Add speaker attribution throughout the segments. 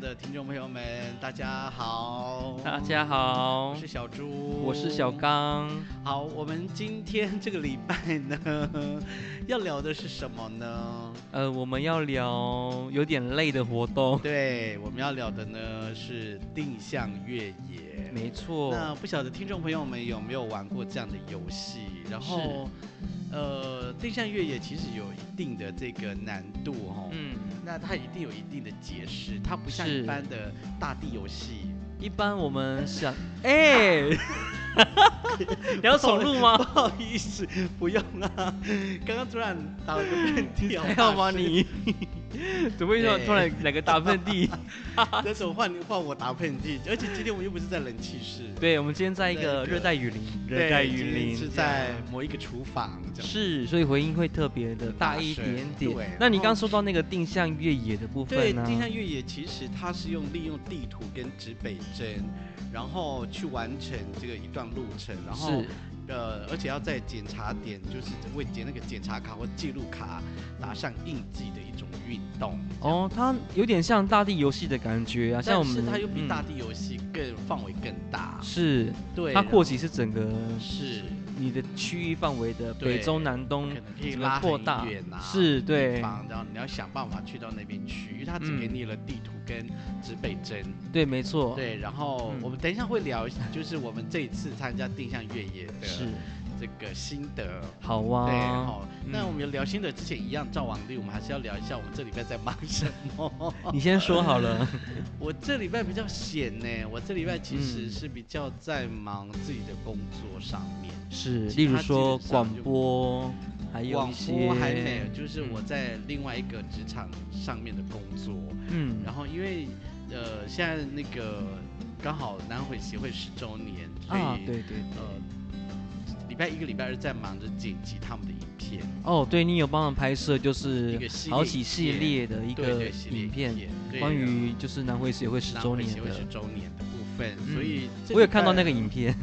Speaker 1: 的听众朋友们，大家好，
Speaker 2: 大家好，
Speaker 1: 我是小猪，
Speaker 2: 我是小。刚。
Speaker 1: 好，我们今天这个礼拜呢，要聊的是什么呢？
Speaker 2: 呃，我们要聊有点累的活动，
Speaker 1: 对，我们要聊的呢是定向越野。
Speaker 2: 没错，
Speaker 1: 那不晓得听众朋友们有没有玩过这样的游戏？然后，呃，定向越野其实有一定的这个难度哦。
Speaker 2: 嗯，
Speaker 1: 那它一定有一定的解释，它不像
Speaker 2: 是
Speaker 1: 一般的大地游戏。
Speaker 2: 一般我 们想，哎、 你要走路
Speaker 1: 不
Speaker 2: 吗？
Speaker 1: 好意思，不用啊，刚刚突然打了个喷嚏，
Speaker 2: 还好
Speaker 1: 怕
Speaker 2: 吗
Speaker 1: 是？
Speaker 2: 你？ 怎么会说
Speaker 1: 对
Speaker 2: 突然来个大喷 嚏？
Speaker 1: 那时候换换我打喷嚏，而且今天我又不是在冷气室，
Speaker 2: 对，我们今天在一
Speaker 1: 在
Speaker 2: 个
Speaker 1: 一个
Speaker 2: 热带雨林，
Speaker 1: 对，
Speaker 2: 热带雨
Speaker 1: 今天
Speaker 2: 林
Speaker 1: 是在某一个厨房这样。
Speaker 2: 是，所以回音会特别的大一
Speaker 1: 大声
Speaker 2: 点
Speaker 1: 对
Speaker 2: 点。那
Speaker 1: 然
Speaker 2: 你
Speaker 1: 后
Speaker 2: 刚刚说到那个定向越野的部
Speaker 1: 对，
Speaker 2: 分呢、
Speaker 1: 定向越野其实它是用利用地图跟指北针，然后去完成这个一段路程，然后
Speaker 2: 是
Speaker 1: 呃，而且要在检查点，就是为检那个检查卡或记录卡打上印记的一种运动。
Speaker 2: 哦，它有点像大地游戏的感觉啊，像
Speaker 1: 但
Speaker 2: 我们
Speaker 1: 是它又比
Speaker 2: 嗯
Speaker 1: 大地游戏更范围更大，
Speaker 2: 是，
Speaker 1: 对，
Speaker 2: 它
Speaker 1: 然
Speaker 2: 或
Speaker 1: 后
Speaker 2: 许是整个
Speaker 1: 是
Speaker 2: 你的区域范围的
Speaker 1: 对
Speaker 2: 北中南
Speaker 1: 可
Speaker 2: 东
Speaker 1: 能可以
Speaker 2: 怎么
Speaker 1: 拉
Speaker 2: 扩
Speaker 1: 很
Speaker 2: 大
Speaker 1: 远啊，
Speaker 2: 是对
Speaker 1: 地方，然后你要想办法去到那边去，因为它只
Speaker 2: 嗯
Speaker 1: 给你了地图跟指北针，
Speaker 2: 对，没错，
Speaker 1: 对，然后
Speaker 2: 嗯
Speaker 1: 我们等一下会聊，就是我们这一次参加定向越野
Speaker 2: 是
Speaker 1: 的这个心得。
Speaker 2: 好
Speaker 1: 啊对，
Speaker 2: 哇。
Speaker 1: 好，
Speaker 2: 嗯
Speaker 1: 那我们聊心得之前一样，照往例，我们还是要聊一下我们这礼拜在忙什么。
Speaker 2: 你先说 好了，
Speaker 1: 我这礼拜比较闲呢，我这礼拜其
Speaker 2: 嗯
Speaker 1: 实是比较在忙自己的工作上面，
Speaker 2: 是，
Speaker 1: 其
Speaker 2: 例如
Speaker 1: 他基
Speaker 2: 说
Speaker 1: 本上
Speaker 2: 广
Speaker 1: 就
Speaker 2: 播，还有
Speaker 1: 广
Speaker 2: 一些
Speaker 1: 播还没有，就是我
Speaker 2: 嗯
Speaker 1: 在另外一个职场上面的工作，
Speaker 2: 嗯，
Speaker 1: 然后因为呃现在那个刚好南回协会十周年，所以、
Speaker 2: 啊，对对对，
Speaker 1: 呃礼拜一个礼拜二在忙着剪辑他们的影片，
Speaker 2: 哦，对你有帮忙拍摄，就
Speaker 1: 一
Speaker 2: 是
Speaker 1: 个系列
Speaker 2: 好几系
Speaker 1: 影片
Speaker 2: 列的一
Speaker 1: 对
Speaker 2: 个
Speaker 1: 对系列
Speaker 2: 影片，
Speaker 1: 对啊
Speaker 2: 关于就是南汇协会十
Speaker 1: 南
Speaker 2: 周
Speaker 1: 回
Speaker 2: 年
Speaker 1: 协会
Speaker 2: 的
Speaker 1: 十，周年的部分，
Speaker 2: 嗯
Speaker 1: 所以这
Speaker 2: 我有
Speaker 1: 礼
Speaker 2: 看到
Speaker 1: 拜
Speaker 2: 那个影片，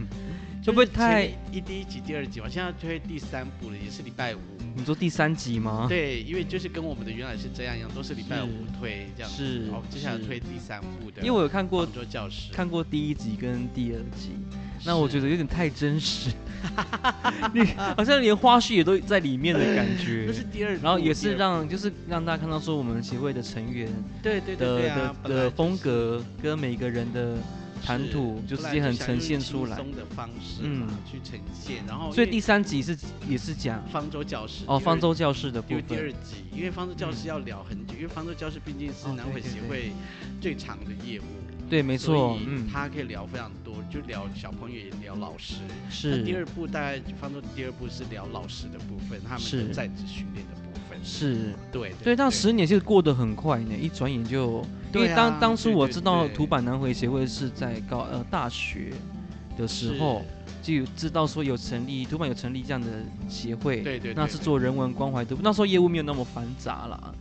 Speaker 1: 就
Speaker 2: 会不会
Speaker 1: 是
Speaker 2: 太
Speaker 1: 前面一第一集、第二集嘛？现在推第三部了，也是礼拜五。
Speaker 2: 你说第三集吗？
Speaker 1: 对，因为就是跟我们的原来是这样一样，都是礼拜五
Speaker 2: 是
Speaker 1: 推这样。
Speaker 2: 是
Speaker 1: 好，接下来
Speaker 2: 是
Speaker 1: 推第三部的。
Speaker 2: 因为我有看过
Speaker 1: 广州教室，
Speaker 2: 看过第一集跟第二集，那我觉得有点太 真实，你好像连花絮也都在里面的感
Speaker 1: 那
Speaker 2: 觉
Speaker 1: 是。第二部，
Speaker 2: 然后也是
Speaker 1: 第二
Speaker 2: 让就是让大家看到说我们协会的成员
Speaker 1: 对对对
Speaker 2: 的
Speaker 1: 对啊
Speaker 2: 的
Speaker 1: 本来
Speaker 2: 的
Speaker 1: 就
Speaker 2: 风
Speaker 1: 是
Speaker 2: 格跟每个人的谈
Speaker 1: 是
Speaker 2: 吐，就
Speaker 1: 本
Speaker 2: 直
Speaker 1: 来
Speaker 2: 接很
Speaker 1: 想
Speaker 2: 呈
Speaker 1: 用
Speaker 2: 现出来
Speaker 1: 轻。松的方式
Speaker 2: 嗯
Speaker 1: 嘛去呈现，然后
Speaker 2: 所以
Speaker 1: 因为
Speaker 2: 第三集是也是讲
Speaker 1: 方舟教室
Speaker 2: 哦
Speaker 1: 第二
Speaker 2: 方舟教室的
Speaker 1: 因
Speaker 2: 部
Speaker 1: 为第二
Speaker 2: 分，嗯
Speaker 1: 集，因为方舟教室要聊很久，因为方舟教室毕竟是
Speaker 2: 哦
Speaker 1: 南
Speaker 2: 对
Speaker 1: 汇
Speaker 2: 对
Speaker 1: 协
Speaker 2: 对
Speaker 1: 会最长的业务，
Speaker 2: 对，没错
Speaker 1: 所，以
Speaker 2: 嗯，
Speaker 1: 他可以聊非常多，就聊小朋友也聊老师。那第二
Speaker 2: 是
Speaker 1: 部大概方舟第二部是聊老师的部分，他们
Speaker 2: 是
Speaker 1: 的在职训练的部分。
Speaker 2: 是。
Speaker 1: 对嗯
Speaker 2: 对，但十年其实过得很快呢，一转眼就，因
Speaker 1: 对
Speaker 2: 为
Speaker 1: 啊
Speaker 2: 当当初
Speaker 1: 对
Speaker 2: 我
Speaker 1: 对
Speaker 2: 知道
Speaker 1: 对
Speaker 2: 土版南回协会是在高呃大学的时候就有知道说有成立土版有成立这样的协会，
Speaker 1: 对对
Speaker 2: 那
Speaker 1: 对
Speaker 2: 是
Speaker 1: 对
Speaker 2: 做人文关怀的，那时候业务没有那么繁杂啦，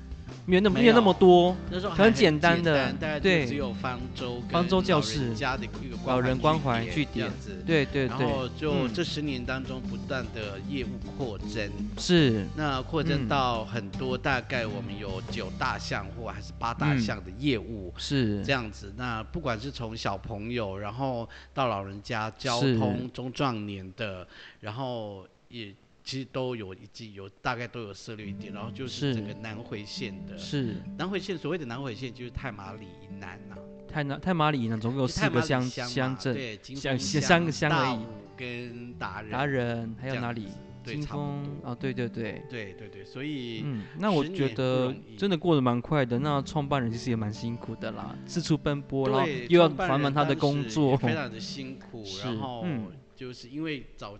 Speaker 2: 没有那么
Speaker 1: 没
Speaker 2: 没有那么
Speaker 1: 有
Speaker 2: 多，
Speaker 1: 那时候还
Speaker 2: 很
Speaker 1: 很
Speaker 2: 简单的
Speaker 1: 大概就
Speaker 2: 对
Speaker 1: 只有方舟
Speaker 2: 方舟教室
Speaker 1: 家的一个
Speaker 2: 老人关怀
Speaker 1: 据
Speaker 2: 据
Speaker 1: 点这样
Speaker 2: 点
Speaker 1: 子。
Speaker 2: 对对
Speaker 1: 然
Speaker 2: 对，
Speaker 1: 后就
Speaker 2: 嗯
Speaker 1: 这十年当中不断的业务扩增，
Speaker 2: 是
Speaker 1: 那扩增
Speaker 2: 嗯
Speaker 1: 到很多，大概我们有九大项或还是八大
Speaker 2: 嗯
Speaker 1: 项的业务。
Speaker 2: 是
Speaker 1: 这样子，那不管是从小朋友，然后到老人家、交
Speaker 2: 是
Speaker 1: 通、中壮年的，然后也其实都有一季有大概都有涉猎一点，然后就是
Speaker 2: 是
Speaker 1: 整个南回县的
Speaker 2: 是
Speaker 1: 南回县，所谓的南回县就是太麻里以南呐、
Speaker 2: 太南太马里呢，总共有
Speaker 1: 就太麻
Speaker 2: 四个
Speaker 1: 里
Speaker 2: 乡
Speaker 1: 乡嘛
Speaker 2: 乡镇，
Speaker 1: 对，金
Speaker 2: 乡
Speaker 1: 峰
Speaker 2: 乡
Speaker 1: 乡
Speaker 2: 乡乡
Speaker 1: 大
Speaker 2: 而已
Speaker 1: 武跟达人，
Speaker 2: 达人还
Speaker 1: 这
Speaker 2: 有
Speaker 1: 样
Speaker 2: 哪里
Speaker 1: 子？对
Speaker 2: 金
Speaker 1: 差不
Speaker 2: 峰
Speaker 1: 多
Speaker 2: 啊，对对对。
Speaker 1: 对对对，所以、
Speaker 2: 嗯，那我
Speaker 1: 10
Speaker 2: 觉
Speaker 1: 年不
Speaker 2: 得
Speaker 1: 容易嗯
Speaker 2: 真的过得蛮快的。那创办人其实也蛮辛苦的啦，四处奔波，然后
Speaker 1: 对，
Speaker 2: 又要
Speaker 1: 创办
Speaker 2: 繁
Speaker 1: 人
Speaker 2: 忙他的
Speaker 1: 当
Speaker 2: 工
Speaker 1: 时也
Speaker 2: 作。
Speaker 1: 非常的辛苦。
Speaker 2: 是
Speaker 1: 然后
Speaker 2: 嗯
Speaker 1: 就是因为早呃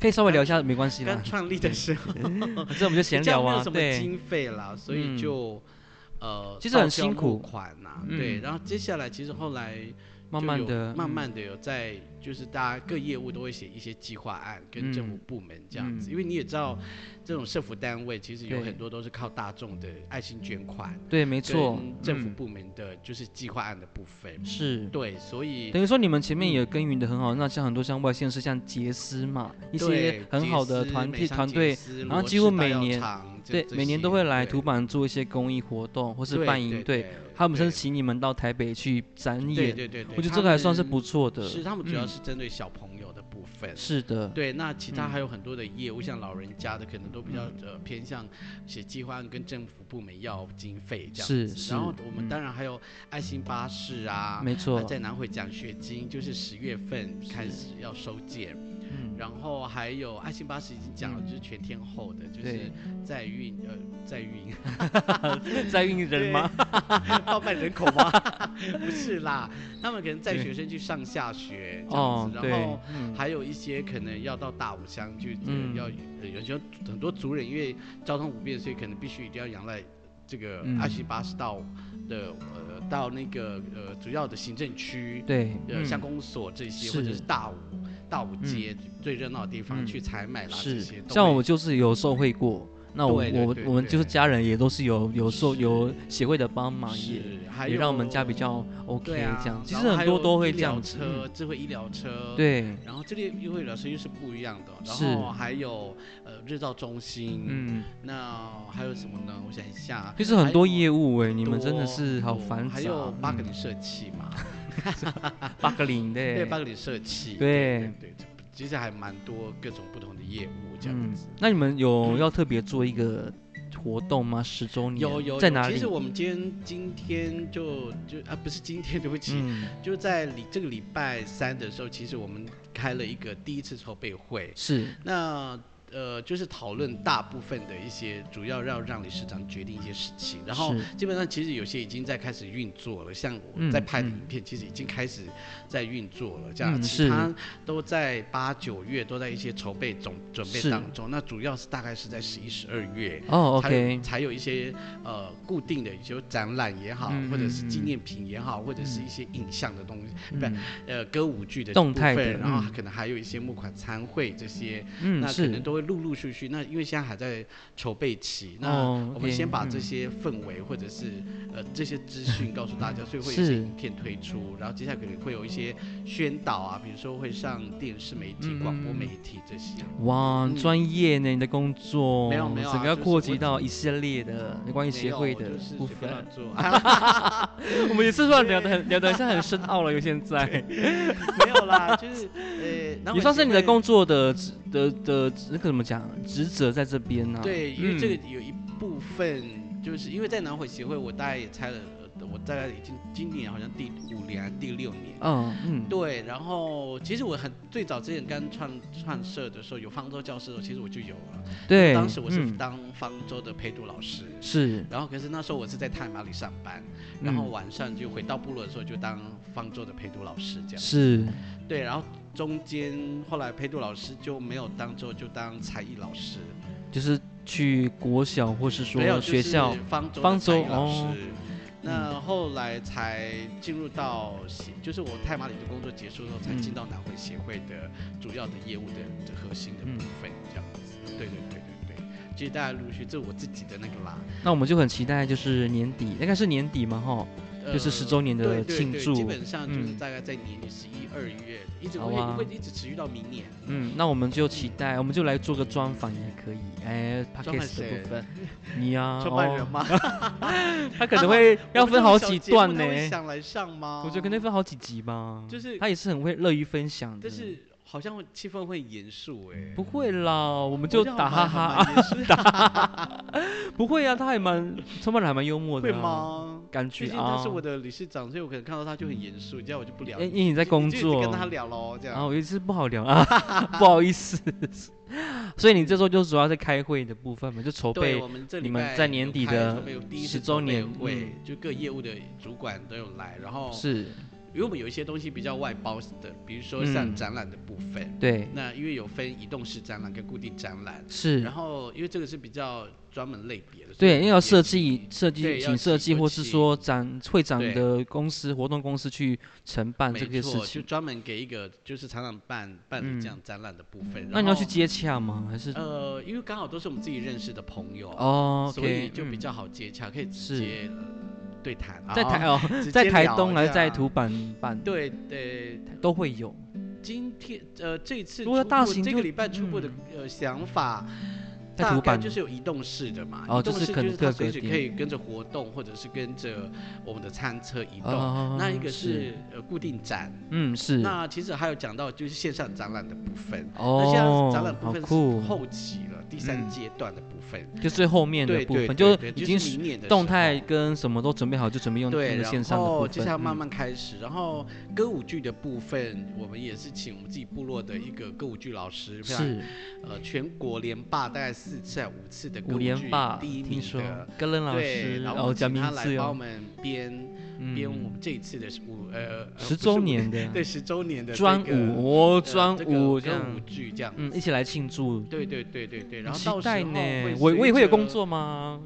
Speaker 2: 可以稍微聊一下，没关系啦
Speaker 1: 刚。创立的时候，
Speaker 2: 反正我们就闲
Speaker 1: 比较
Speaker 2: 聊
Speaker 1: 没 有
Speaker 2: 啊，
Speaker 1: 什么
Speaker 2: 对，
Speaker 1: 经费啦，所以
Speaker 2: 嗯
Speaker 1: 就呃，
Speaker 2: 其实很
Speaker 1: 到交
Speaker 2: 辛苦
Speaker 1: 募款呐，对。
Speaker 2: 嗯
Speaker 1: 然后接下来其实后来
Speaker 2: 慢
Speaker 1: 就
Speaker 2: 慢
Speaker 1: 有
Speaker 2: 的，
Speaker 1: 慢
Speaker 2: 嗯
Speaker 1: 慢的有在，就是大家各业务都会写一些计划案，跟政府
Speaker 2: 嗯
Speaker 1: 部门这样子，
Speaker 2: 嗯
Speaker 1: 因为你也知道，这种社服单位其实有
Speaker 2: 对
Speaker 1: 很多都是靠大众的爱心捐款，
Speaker 2: 嗯对，没错，
Speaker 1: 政府
Speaker 2: 嗯
Speaker 1: 部门的就是计划案的部分，
Speaker 2: 是。
Speaker 1: 对，嗯所以
Speaker 2: 等于说你们前面也耕耘的很好，那像很多像外县市，像杰斯嘛，一些
Speaker 1: 对
Speaker 2: 很好的
Speaker 1: 杰斯
Speaker 2: 团
Speaker 1: 美
Speaker 2: 体
Speaker 1: 商
Speaker 2: 团
Speaker 1: 杰
Speaker 2: 队，
Speaker 1: 斯
Speaker 2: 然
Speaker 1: 罗
Speaker 2: 后几
Speaker 1: 氏
Speaker 2: 乎
Speaker 1: 大
Speaker 2: 每
Speaker 1: 药
Speaker 2: 年
Speaker 1: 厂这
Speaker 2: 对，
Speaker 1: 这
Speaker 2: 每年
Speaker 1: 些
Speaker 2: 都会来土
Speaker 1: 对
Speaker 2: 板做一些公益活动，或是
Speaker 1: 对
Speaker 2: 办营
Speaker 1: 对
Speaker 2: 队，
Speaker 1: 对
Speaker 2: 他们甚
Speaker 1: 对
Speaker 2: 至请你们到台北去展
Speaker 1: 对
Speaker 2: 演，
Speaker 1: 对对对，
Speaker 2: 我觉得
Speaker 1: 他
Speaker 2: 这个还算是
Speaker 1: 们
Speaker 2: 不错的。
Speaker 1: 是他们主要
Speaker 2: 嗯
Speaker 1: 是针对小朋友的部分。
Speaker 2: 是的，
Speaker 1: 对，那其他
Speaker 2: 嗯
Speaker 1: 还有很多的业务，像老人家的可能都比较呃偏向写计划案跟政府部门要经费这样
Speaker 2: 是
Speaker 1: 子。
Speaker 2: 是
Speaker 1: 然后我们
Speaker 2: 嗯
Speaker 1: 当然还有爱心巴士啊，
Speaker 2: 没错
Speaker 1: 啊，在南汇奖学金就是十月份开始要收件，
Speaker 2: 嗯
Speaker 1: 然后还有爱心巴士已经讲了，就是全天候的，就是
Speaker 2: 对
Speaker 1: 在运呃在运
Speaker 2: 在运人 吗？
Speaker 1: 包办人口吗？不是啦，他们可能载
Speaker 2: 对
Speaker 1: 学生去上下学这样
Speaker 2: 哦，
Speaker 1: 子，然
Speaker 2: 对
Speaker 1: 后，
Speaker 2: 嗯
Speaker 1: 还有一些可能要到大武乡去，呃
Speaker 2: 嗯
Speaker 1: 要呃有些很多族人因为交通不便，所以可能必须一定要仰赖这个
Speaker 2: 嗯
Speaker 1: 爱西巴士到的呃到那个呃主要的行政区
Speaker 2: 对，
Speaker 1: 呃乡
Speaker 2: 嗯
Speaker 1: 公所这些，
Speaker 2: 是
Speaker 1: 或者是大武大武街最热闹的地方
Speaker 2: 嗯
Speaker 1: 去采买啦这
Speaker 2: 是
Speaker 1: 些，都
Speaker 2: 像
Speaker 1: 会
Speaker 2: 我就是有受惠过，那我
Speaker 1: 对对
Speaker 2: 我
Speaker 1: 对
Speaker 2: 我们就是
Speaker 1: 对
Speaker 2: 家人也都是有有受
Speaker 1: 是
Speaker 2: 有协会的帮忙，也
Speaker 1: 是还
Speaker 2: 也
Speaker 1: 有
Speaker 2: 让我们家比。较 OK
Speaker 1: 对啊，
Speaker 2: 这样。其
Speaker 1: 然
Speaker 2: 实
Speaker 1: 后还
Speaker 2: 很多
Speaker 1: 有
Speaker 2: 都会
Speaker 1: 医
Speaker 2: 这
Speaker 1: 疗
Speaker 2: 样子，
Speaker 1: 车
Speaker 2: 嗯
Speaker 1: 智慧医疗车，
Speaker 2: 对，
Speaker 1: 然后这里因为老师又是不一样的，然
Speaker 2: 是
Speaker 1: 后还有呃日照中心，
Speaker 2: 嗯，
Speaker 1: 那还有什么呢？我想一下，
Speaker 2: 其实很多业
Speaker 1: 务，
Speaker 2: 务哎，你们真的
Speaker 1: 多
Speaker 2: 是好
Speaker 1: 多
Speaker 2: 繁杂。
Speaker 1: 还有巴格
Speaker 2: 嗯
Speaker 1: 里社企嘛，
Speaker 2: 八个零的，
Speaker 1: 对，巴格里社企，
Speaker 2: 对
Speaker 1: 对，对其实还蛮多各种不同的业务这样
Speaker 2: 嗯
Speaker 1: 子。，嗯
Speaker 2: 那你们有要特别做一个活动吗？十周年
Speaker 1: 有有
Speaker 2: 在
Speaker 1: 有
Speaker 2: 哪里？
Speaker 1: 其实我们今天今天就就啊，不是今天，对不起，
Speaker 2: 嗯，
Speaker 1: 就在礼这个礼拜三的时候，其实我们开了一个第一次筹备会，
Speaker 2: 是
Speaker 1: 那呃，就是讨论大部分的一些主要要让理事长决定一些事情，然后
Speaker 2: 是
Speaker 1: 基本上其实有些已经在开始运作了，像我
Speaker 2: 嗯
Speaker 1: 在拍的
Speaker 2: 嗯
Speaker 1: 影片，其实已经开始在运作了，这样、
Speaker 2: 嗯
Speaker 1: 其
Speaker 2: 是
Speaker 1: 他都在八九月都在一些筹备总准备
Speaker 2: 是
Speaker 1: 当中，那主要是大概是在十一、十二月。
Speaker 2: 哦
Speaker 1: 才有
Speaker 2: ，OK，
Speaker 1: 才有一些呃固定的，就展览也好，
Speaker 2: 嗯
Speaker 1: 或者是
Speaker 2: 嗯
Speaker 1: 纪
Speaker 2: 嗯
Speaker 1: 念品也好，或者是一些影像的东西，不
Speaker 2: 嗯
Speaker 1: 呃歌舞剧的
Speaker 2: 动
Speaker 1: 部
Speaker 2: 态的
Speaker 1: 分，然后
Speaker 2: 嗯
Speaker 1: 可能还有一些募款参会这些，
Speaker 2: 嗯
Speaker 1: 那可能
Speaker 2: 是
Speaker 1: 都会陆陆续续。那因为现在还在筹备期，那
Speaker 2: 哦
Speaker 1: 我们先把这
Speaker 2: 嗯
Speaker 1: 些氛围或者是呃这些资讯告诉大家，所以会有一
Speaker 2: 是
Speaker 1: 些影片推出，然后接下来可能会有一些宣导啊，比如说会上电视媒体、
Speaker 2: 嗯
Speaker 1: 广播
Speaker 2: 嗯嗯
Speaker 1: 媒体这些。
Speaker 2: 哇
Speaker 1: 嗯，
Speaker 2: 专业呢，你的工作
Speaker 1: 没有没有啊
Speaker 2: 整个要
Speaker 1: 就是
Speaker 2: 扩
Speaker 1: 我
Speaker 2: 及到一系列的关于协会的
Speaker 1: 没有我就是
Speaker 2: 部
Speaker 1: 随便
Speaker 2: 分
Speaker 1: 乱。做， 啊
Speaker 2: 我们也是算聊得很聊得像很深奥了，有现在
Speaker 1: 没有啦，就是呃，然后
Speaker 2: 也算是你
Speaker 1: 会
Speaker 2: 的工作的职的的那个怎么讲职责在这边呢？
Speaker 1: 对，因为这
Speaker 2: 嗯
Speaker 1: 个有一部分就是因为在南回协会，我大概也猜了，呃我大概已经今年好像第五年、还是第六年。
Speaker 2: 嗯嗯，
Speaker 1: 对，然后其实我很最早之前刚创创社的时候，有方舟教室的时候，其实我就有了。
Speaker 2: 对，
Speaker 1: 当时我是
Speaker 2: 嗯
Speaker 1: 当方舟的陪读老师，
Speaker 2: 是，
Speaker 1: 然后可是那时候我是在太马里上班，然后
Speaker 2: 嗯
Speaker 1: 晚上就回到部落的时候就当方舟的陪读老师这样。
Speaker 2: 是
Speaker 1: 对，然后中间后来陪读老师就没有当做就当才艺老师，
Speaker 2: 就是去国小或是
Speaker 1: 没有
Speaker 2: 说学校
Speaker 1: 就是、方舟
Speaker 2: 方
Speaker 1: 的才艺
Speaker 2: 舟
Speaker 1: 老师
Speaker 2: 哦。
Speaker 1: 那后来才进入到协，就是我太马里的工作结束之后，才
Speaker 2: 嗯
Speaker 1: 进到南回协会的主要的业务的的核心的部分，这样子。对对对对对，其实大家陆续，这是我自己的那个啦，
Speaker 2: 那我们就很期待，就是年底，大概是年底嘛，哈，
Speaker 1: 呃
Speaker 2: 就是10周年的
Speaker 1: 对对对
Speaker 2: 庆祝
Speaker 1: 基本上就是
Speaker 2: 嗯
Speaker 1: 大概在年底十一二月，一直
Speaker 2: 好
Speaker 1: 会
Speaker 2: 啊
Speaker 1: 会一直持续到明年。
Speaker 2: 嗯，那我们就期待，我们就来做个专访也可以，哎 p a c
Speaker 1: 专访
Speaker 2: k a s 的
Speaker 1: 谁
Speaker 2: 部分，你呀，
Speaker 1: 创办人
Speaker 2: 哦
Speaker 1: 吗？
Speaker 2: 他可能会要分好几段 呢
Speaker 1: 我们这种小节目他，会想啊来上吗？
Speaker 2: 我觉得可能分好几集吧，
Speaker 1: 就是
Speaker 2: 他也是很会乐于分享的，
Speaker 1: 但是好像会气氛会严肃哎，
Speaker 2: 不会啦，我们
Speaker 1: 我
Speaker 2: 就
Speaker 1: 觉得
Speaker 2: 打
Speaker 1: 好像
Speaker 2: 哈
Speaker 1: 还
Speaker 2: 哈，
Speaker 1: 蛮 严肃的
Speaker 2: 不会啊，他还蛮充满了还蛮幽默的
Speaker 1: 会
Speaker 2: 啊，
Speaker 1: 吗？
Speaker 2: 感
Speaker 1: 毕
Speaker 2: 觉
Speaker 1: 竟
Speaker 2: 啊，
Speaker 1: 他是我的理事长，所以我可能看到他就很严肃，这样我就不聊。
Speaker 2: 因因为你在
Speaker 1: 就
Speaker 2: 工
Speaker 1: 就一直
Speaker 2: 作，
Speaker 1: 跟他聊喽，这
Speaker 2: 啊，
Speaker 1: 样。
Speaker 2: 我一直不好聊啊， 不好意思。 所以你这周就主要在开会的部分嘛，就筹
Speaker 1: 对，
Speaker 2: 备
Speaker 1: 我。们这
Speaker 2: 你
Speaker 1: 礼
Speaker 2: 们
Speaker 1: 拜
Speaker 2: 在年底
Speaker 1: 有开
Speaker 2: 的
Speaker 1: 筹备有第一
Speaker 2: 10
Speaker 1: 次
Speaker 2: 周
Speaker 1: 筹备
Speaker 2: 年嗯
Speaker 1: 会，就各业务的主管都有来，然后
Speaker 2: 是，
Speaker 1: 因为我们有一些东西比较外包的，比如说像
Speaker 2: 嗯
Speaker 1: 展览的部分，
Speaker 2: 对，
Speaker 1: 那因为有分移动式展览跟固定展览，
Speaker 2: 是
Speaker 1: 然，后因为这个是比较专门类别的，所以
Speaker 2: 对，因为要
Speaker 1: 也
Speaker 2: 设计设
Speaker 1: 对
Speaker 2: 计，
Speaker 1: 要
Speaker 2: 请设
Speaker 1: 请
Speaker 2: 计，
Speaker 1: 国
Speaker 2: 或是
Speaker 1: 企
Speaker 2: 说展会展
Speaker 1: 对
Speaker 2: 的公司、活动公司去承办
Speaker 1: 没
Speaker 2: 这个事
Speaker 1: 错就
Speaker 2: 情。嗯
Speaker 1: 专门给一个就是常常办办理这样展览的部分。然
Speaker 2: 那你要去
Speaker 1: 后
Speaker 2: 接洽吗？还是？
Speaker 1: 呃，因为刚好都是我们自己认识的朋友，啊
Speaker 2: 哦
Speaker 1: 所以
Speaker 2: ，OK，
Speaker 1: 就比
Speaker 2: 嗯
Speaker 1: 较好接洽，可以直
Speaker 2: 是
Speaker 1: 接对谈。
Speaker 2: 在
Speaker 1: 哦
Speaker 2: 台哦，
Speaker 1: 直
Speaker 2: 在
Speaker 1: 接
Speaker 2: 台
Speaker 1: 聊
Speaker 2: 东还
Speaker 1: 这
Speaker 2: 是在
Speaker 1: 样
Speaker 2: 土板板
Speaker 1: 对对，
Speaker 2: 都会有。
Speaker 1: 今天呃这次
Speaker 2: 如果
Speaker 1: 初
Speaker 2: 大
Speaker 1: 步
Speaker 2: 型
Speaker 1: 这
Speaker 2: 就嗯
Speaker 1: 个礼拜初步的呃想法。
Speaker 2: 在
Speaker 1: 大
Speaker 2: 图
Speaker 1: 概
Speaker 2: 版
Speaker 1: 就是有移动式的嘛，
Speaker 2: 哦
Speaker 1: 移动
Speaker 2: 就是
Speaker 1: 式
Speaker 2: 可
Speaker 1: 就
Speaker 2: 能
Speaker 1: 是它
Speaker 2: 各个
Speaker 1: 随时
Speaker 2: 点
Speaker 1: 可以跟着活动，或者是跟着我们的餐车移动。
Speaker 2: 哦
Speaker 1: 那一个是呃固定展，
Speaker 2: 嗯是
Speaker 1: 那其实还有讲到就是线上展览的部分。那现
Speaker 2: 哦
Speaker 1: 在，展览部
Speaker 2: 好
Speaker 1: 分
Speaker 2: 酷哦
Speaker 1: 是，后期了，第三
Speaker 2: 嗯
Speaker 1: 阶段的部分。
Speaker 2: 就最后面的
Speaker 1: 对
Speaker 2: 部
Speaker 1: 对
Speaker 2: 分，
Speaker 1: 对
Speaker 2: 是
Speaker 1: 对
Speaker 2: 已经
Speaker 1: 是明年的时
Speaker 2: 动态
Speaker 1: 候
Speaker 2: 跟什么都准备好，就准备用那
Speaker 1: 对，
Speaker 2: 个线
Speaker 1: 然
Speaker 2: 上的部
Speaker 1: 后
Speaker 2: 分。
Speaker 1: 接下来慢
Speaker 2: 嗯
Speaker 1: 慢开始，然后歌舞剧的部分，我们也是请我们自己部落的一个歌舞剧老师，非常
Speaker 2: 是
Speaker 1: 呃全国连霸大概四次还是五次的歌
Speaker 2: 五
Speaker 1: 舞剧
Speaker 2: 连霸，
Speaker 1: 第一
Speaker 2: 听
Speaker 1: 名
Speaker 2: 说
Speaker 1: 的，
Speaker 2: 跟任老
Speaker 1: 对，
Speaker 2: 师，哦
Speaker 1: 然
Speaker 2: 然
Speaker 1: 后我
Speaker 2: 后
Speaker 1: 们
Speaker 2: 讲
Speaker 1: 请
Speaker 2: 名
Speaker 1: 他
Speaker 2: 字
Speaker 1: 来帮我
Speaker 2: 哟，
Speaker 1: 们编编我
Speaker 2: 嗯，
Speaker 1: 们这一次的是舞呃呃不
Speaker 2: 十
Speaker 1: 是
Speaker 2: 周
Speaker 1: 舞
Speaker 2: 年的
Speaker 1: 对十周年的这
Speaker 2: 专
Speaker 1: 个
Speaker 2: 舞哦，
Speaker 1: 呃
Speaker 2: 专
Speaker 1: 这个
Speaker 2: 舞这
Speaker 1: 歌舞
Speaker 2: 样，
Speaker 1: 剧这样，
Speaker 2: 嗯，一起来庆祝。
Speaker 1: 对对对对对，然后
Speaker 2: 期
Speaker 1: 到时
Speaker 2: 待
Speaker 1: 候
Speaker 2: 呢
Speaker 1: 会，
Speaker 2: 我
Speaker 1: 随
Speaker 2: 我也会有
Speaker 1: 着
Speaker 2: 工，作吗？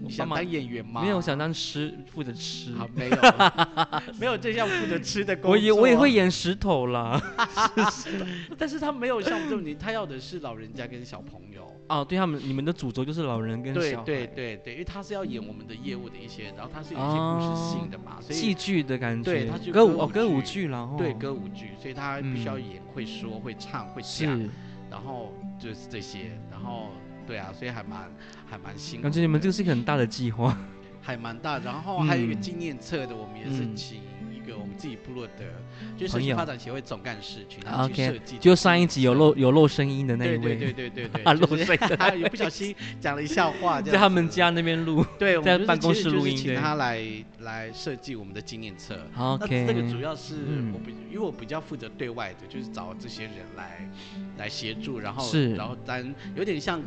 Speaker 1: 你
Speaker 2: 我
Speaker 1: 想
Speaker 2: 帮忙
Speaker 1: 当演员吗？
Speaker 2: 没有，我想当吃，负责吃。
Speaker 1: 好，啊没有，啊 没有这项负责吃的工作。啊
Speaker 2: 嗯我也我也会，演石头啦。
Speaker 1: 但是他没有像这种，他要的是老人家跟小朋友。
Speaker 2: 哦，对他们，你们的主轴就是老人跟
Speaker 1: 对
Speaker 2: 小孩，
Speaker 1: 对对对，因为他是要演我们的业务的一些，然后他是有一些故事性的嘛，所
Speaker 2: 嗯戏
Speaker 1: 以
Speaker 2: 剧的感觉。
Speaker 1: 对它就歌
Speaker 2: 歌舞哦，
Speaker 1: 舞
Speaker 2: 歌舞
Speaker 1: 剧
Speaker 2: 剧啦，然后
Speaker 1: 对歌舞剧，所以他必须要
Speaker 2: 嗯
Speaker 1: 演会说会唱会讲，
Speaker 2: 是。
Speaker 1: 然后就是这些，然后对啊，所以还蛮还蛮辛苦的。
Speaker 2: 感觉你们这个是一个很大的计 划。
Speaker 1: 还蛮大。然后还有一个
Speaker 2: 嗯
Speaker 1: 纪念册的，我们也是
Speaker 2: 嗯
Speaker 1: 请一个我们自己部落的，就是社
Speaker 2: 朋
Speaker 1: 区
Speaker 2: 友
Speaker 1: 发展协会总干事群，他
Speaker 2: 啊
Speaker 1: 去
Speaker 2: OK，
Speaker 1: 设计的
Speaker 2: 就上一集有
Speaker 1: 纪念册
Speaker 2: 漏有漏声音的那
Speaker 1: 对
Speaker 2: 一
Speaker 1: 对
Speaker 2: 位，
Speaker 1: 对对对对，
Speaker 2: 啊
Speaker 1: 就
Speaker 2: 漏
Speaker 1: 是
Speaker 2: 水的
Speaker 1: 也不小心讲了一下话，这样
Speaker 2: 在他们
Speaker 1: 子，
Speaker 2: 家那边录。
Speaker 1: 对，我们
Speaker 2: 在
Speaker 1: 就是
Speaker 2: 办公室
Speaker 1: 其实就是
Speaker 2: 录音
Speaker 1: 请
Speaker 2: 对
Speaker 1: 他来来设计我们的纪念册。 那
Speaker 2: OK，
Speaker 1: 这个主要是
Speaker 2: 嗯
Speaker 1: 我比，因为我比较负责对外的，就是找这些人来来协助，然后
Speaker 2: 嗯是
Speaker 1: 然后当有点像。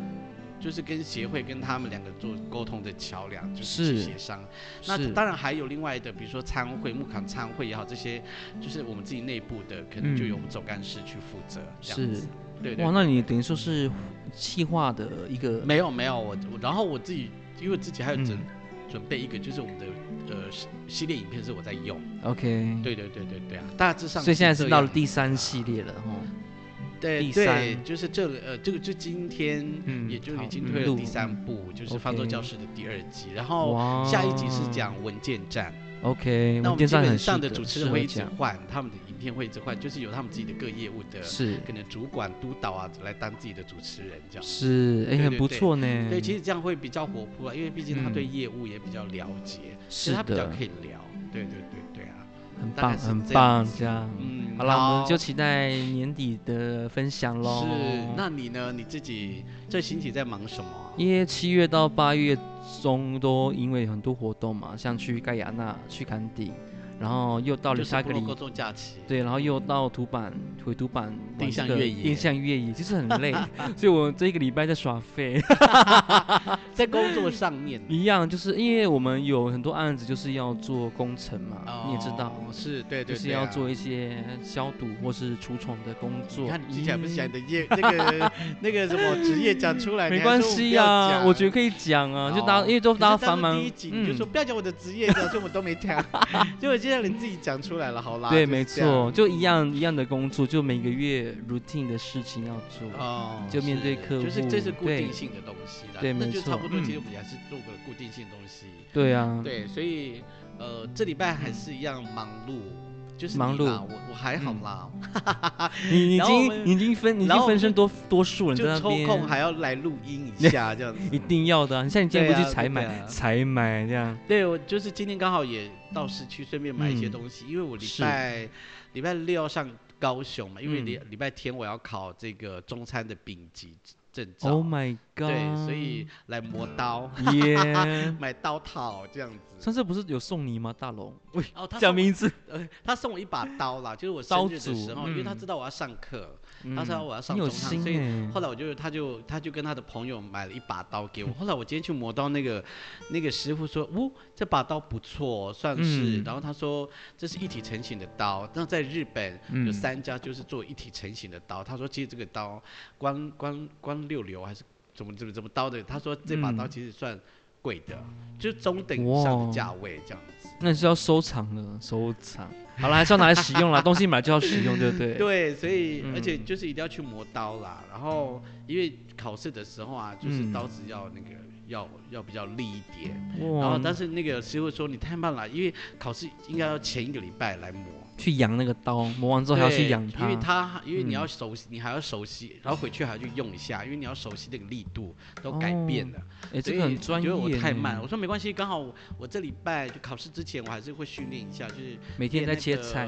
Speaker 1: 就是跟协会跟他们两个做沟通的桥梁，就是
Speaker 2: 是
Speaker 1: 协商。那
Speaker 2: 是
Speaker 1: 当然还有另外的，比如说参会、木港参会也好，这些就是我们自己内部的，可能就由我们总干事去负责。这样
Speaker 2: 嗯是
Speaker 1: 子，对对
Speaker 2: 哇，那你等于说是企划的一个
Speaker 1: 没有没有，我我然后我自己，因为自己还有准、
Speaker 2: 嗯
Speaker 1: 准备一个，就是我们的呃系系列影片是我在用。
Speaker 2: OK，
Speaker 1: 对对对对对啊，大致上。
Speaker 2: 所以现在是到了
Speaker 1: 第
Speaker 2: 第三系列了哦哈。
Speaker 1: 对
Speaker 2: 第
Speaker 1: 对，
Speaker 2: 三
Speaker 1: 就是这呃这个就今天、
Speaker 2: 嗯
Speaker 1: 也就
Speaker 2: 好
Speaker 1: 已经
Speaker 2: 嗯
Speaker 1: 推
Speaker 2: 录
Speaker 1: 了第三部，就是《方舟
Speaker 2: OK
Speaker 1: 教室》的第二集，然后。
Speaker 2: 哇
Speaker 1: 哦
Speaker 2: 哎
Speaker 1: 下一集是讲文件站，
Speaker 2: OK，
Speaker 1: 那我们
Speaker 2: 电
Speaker 1: 基
Speaker 2: 很
Speaker 1: 本
Speaker 2: 适
Speaker 1: 上的
Speaker 2: 合
Speaker 1: 主持
Speaker 2: 适
Speaker 1: 人
Speaker 2: 合
Speaker 1: 会一直
Speaker 2: 讲
Speaker 1: 换，他们的影片会一直换，就是由他们自己的各业务的，
Speaker 2: 是
Speaker 1: 可能主管督导啊来当自己的主持人这样。
Speaker 2: 是，哎，
Speaker 1: 对
Speaker 2: 很
Speaker 1: 对
Speaker 2: 不
Speaker 1: 对
Speaker 2: 错呢。
Speaker 1: 对，其实这样会比较活泼啊，因为毕竟他
Speaker 2: 嗯
Speaker 1: 对业务也比较了解，其
Speaker 2: 是
Speaker 1: 实他比较
Speaker 2: 的，
Speaker 1: 可以聊。对对对对啊，
Speaker 2: 很
Speaker 1: 大概
Speaker 2: 棒，
Speaker 1: 是
Speaker 2: 很
Speaker 1: 这样
Speaker 2: 棒，
Speaker 1: 子
Speaker 2: 这样。
Speaker 1: 嗯，
Speaker 2: 好了，我们就期待年底的分享喽。
Speaker 1: 是。那你呢？你自己这星期在忙什么啊？
Speaker 2: 因为七月到八月中都因为很多活动嘛，像去盖亚纳、去坎顶，然后又到了
Speaker 1: 就是
Speaker 2: 下
Speaker 1: 部
Speaker 2: 个
Speaker 1: 落
Speaker 2: 礼
Speaker 1: 公众假期。
Speaker 2: 对，然后又到土板、回土板、
Speaker 1: 定向越野
Speaker 2: 定向越野，其实很 累，所以我这个礼拜在耍废，
Speaker 1: 在工作上 面
Speaker 2: 一样就是因为我们有很多案子就是要做工程嘛，你也知道，
Speaker 1: 哦是对对，
Speaker 2: 就是
Speaker 1: 对
Speaker 2: 要
Speaker 1: 啊
Speaker 2: 做。一些消毒或是除虫的工作。
Speaker 1: 你看你之前不是
Speaker 2: 嗯
Speaker 1: 讲你的 业那个那个什么职业讲出来，
Speaker 2: 没关系啊，我觉
Speaker 1: 得
Speaker 2: 得
Speaker 1: 嗯
Speaker 2: 可以讲啊，就大家因为都大家繁忙，嗯
Speaker 1: 第一集哦你就说不要讲我的职业，讲所以我都没讲， 结果现在你自己讲出来了，好啦。
Speaker 2: 对，
Speaker 1: 就是
Speaker 2: 没
Speaker 1: 这样
Speaker 2: 错，。就一样一样的工作，就每个月 routine 的事情要做。
Speaker 1: 哦，
Speaker 2: 就面对
Speaker 1: 是
Speaker 2: 客
Speaker 1: 就是这是
Speaker 2: 户
Speaker 1: 固
Speaker 2: 对
Speaker 1: 定性的东西啦，
Speaker 2: 对
Speaker 1: 那
Speaker 2: 没
Speaker 1: 就差
Speaker 2: 错
Speaker 1: 不多。其实
Speaker 2: 嗯
Speaker 1: 我们也是做个固定性的东西，
Speaker 2: 对啊，
Speaker 1: 对，所以呃，这礼拜还是一样忙碌，就是你
Speaker 2: 忙碌
Speaker 1: 啦我我还好
Speaker 2: 嗯
Speaker 1: 啦，
Speaker 2: 你你已
Speaker 1: 然后我
Speaker 2: 经
Speaker 1: 们
Speaker 2: 你已经分你已
Speaker 1: 然
Speaker 2: 经
Speaker 1: 后我
Speaker 2: 分
Speaker 1: 们
Speaker 2: 身多多数了，你
Speaker 1: 就
Speaker 2: 在那
Speaker 1: 抽
Speaker 2: 边
Speaker 1: 空还要来录音一下这样子。
Speaker 2: 一定要的啊、你像你今天
Speaker 1: 对
Speaker 2: 回去
Speaker 1: 啊
Speaker 2: 采
Speaker 1: 对
Speaker 2: 买、
Speaker 1: 啊
Speaker 2: 采买这样，
Speaker 1: 对，我就是今天刚好也到市区，顺便买一些
Speaker 2: 嗯
Speaker 1: 东西，因为我礼
Speaker 2: 是
Speaker 1: 拜礼拜六要上高雄嘛，因为
Speaker 2: 嗯
Speaker 1: 礼礼拜天我要考这个中餐的丙级证照
Speaker 2: Oh my god！
Speaker 1: 对，所以来磨刀，
Speaker 2: 耶
Speaker 1: 买刀套这样子。
Speaker 2: 上次不是有送你吗？大龙，喂，
Speaker 1: 哦，他
Speaker 2: 讲
Speaker 1: 送
Speaker 2: 名字，
Speaker 1: 呃，他送我一把刀啦，就是我
Speaker 2: 刀
Speaker 1: 生日的
Speaker 2: 俎
Speaker 1: 时候，因为他
Speaker 2: 嗯
Speaker 1: 知道我要上课，
Speaker 2: 嗯
Speaker 1: 他知道我要上
Speaker 2: 你有
Speaker 1: 中堂，
Speaker 2: 心
Speaker 1: 所以
Speaker 2: 哎、
Speaker 1: 后来我就他就他就跟他的朋友买了一把刀给我。后来我今天去磨刀，那个那个师傅说，哦，这把刀不错哦，算是。
Speaker 2: 嗯
Speaker 1: 然后他说这是一体成型的刀，那在日本有
Speaker 2: 嗯
Speaker 1: 三家就是做一体成型的刀。他说其实这个刀光光光六流还是怎么怎么怎么刀的，他说这把刀
Speaker 2: 嗯
Speaker 1: 其实算贵的，就是中等以上
Speaker 2: 哇
Speaker 1: 的价位这样子。
Speaker 2: 那你是要收藏了，收藏。 好了，还是要拿来使用啦，东西买就要使用，对不对？
Speaker 1: 对，所以、而且
Speaker 2: 嗯
Speaker 1: 就是一定要去磨刀啦。然后因为考试的时候啊，就是
Speaker 2: 嗯
Speaker 1: 刀子要那个、要要比较力一点。
Speaker 2: 哇嗯
Speaker 1: 然后但是那个师傅说你太慢了，因为考试应该要前一个礼拜来磨。
Speaker 2: 去养那个刀，磨完之后还要去
Speaker 1: 对
Speaker 2: 养它，
Speaker 1: 因为它因为
Speaker 2: 嗯
Speaker 1: 你要熟悉，你还要熟悉，然后回去还要去用一下，因为你要熟悉那个力度都改变了。所
Speaker 2: 哎，这
Speaker 1: 以
Speaker 2: 个很专业
Speaker 1: 我
Speaker 2: 呢，
Speaker 1: 觉得我太慢了，我说没关系，刚好我我这礼拜就考试之前，我还是会训练一下，就是
Speaker 2: 每
Speaker 1: 练
Speaker 2: 天在
Speaker 1: 那
Speaker 2: 切
Speaker 1: 个呃
Speaker 2: 菜。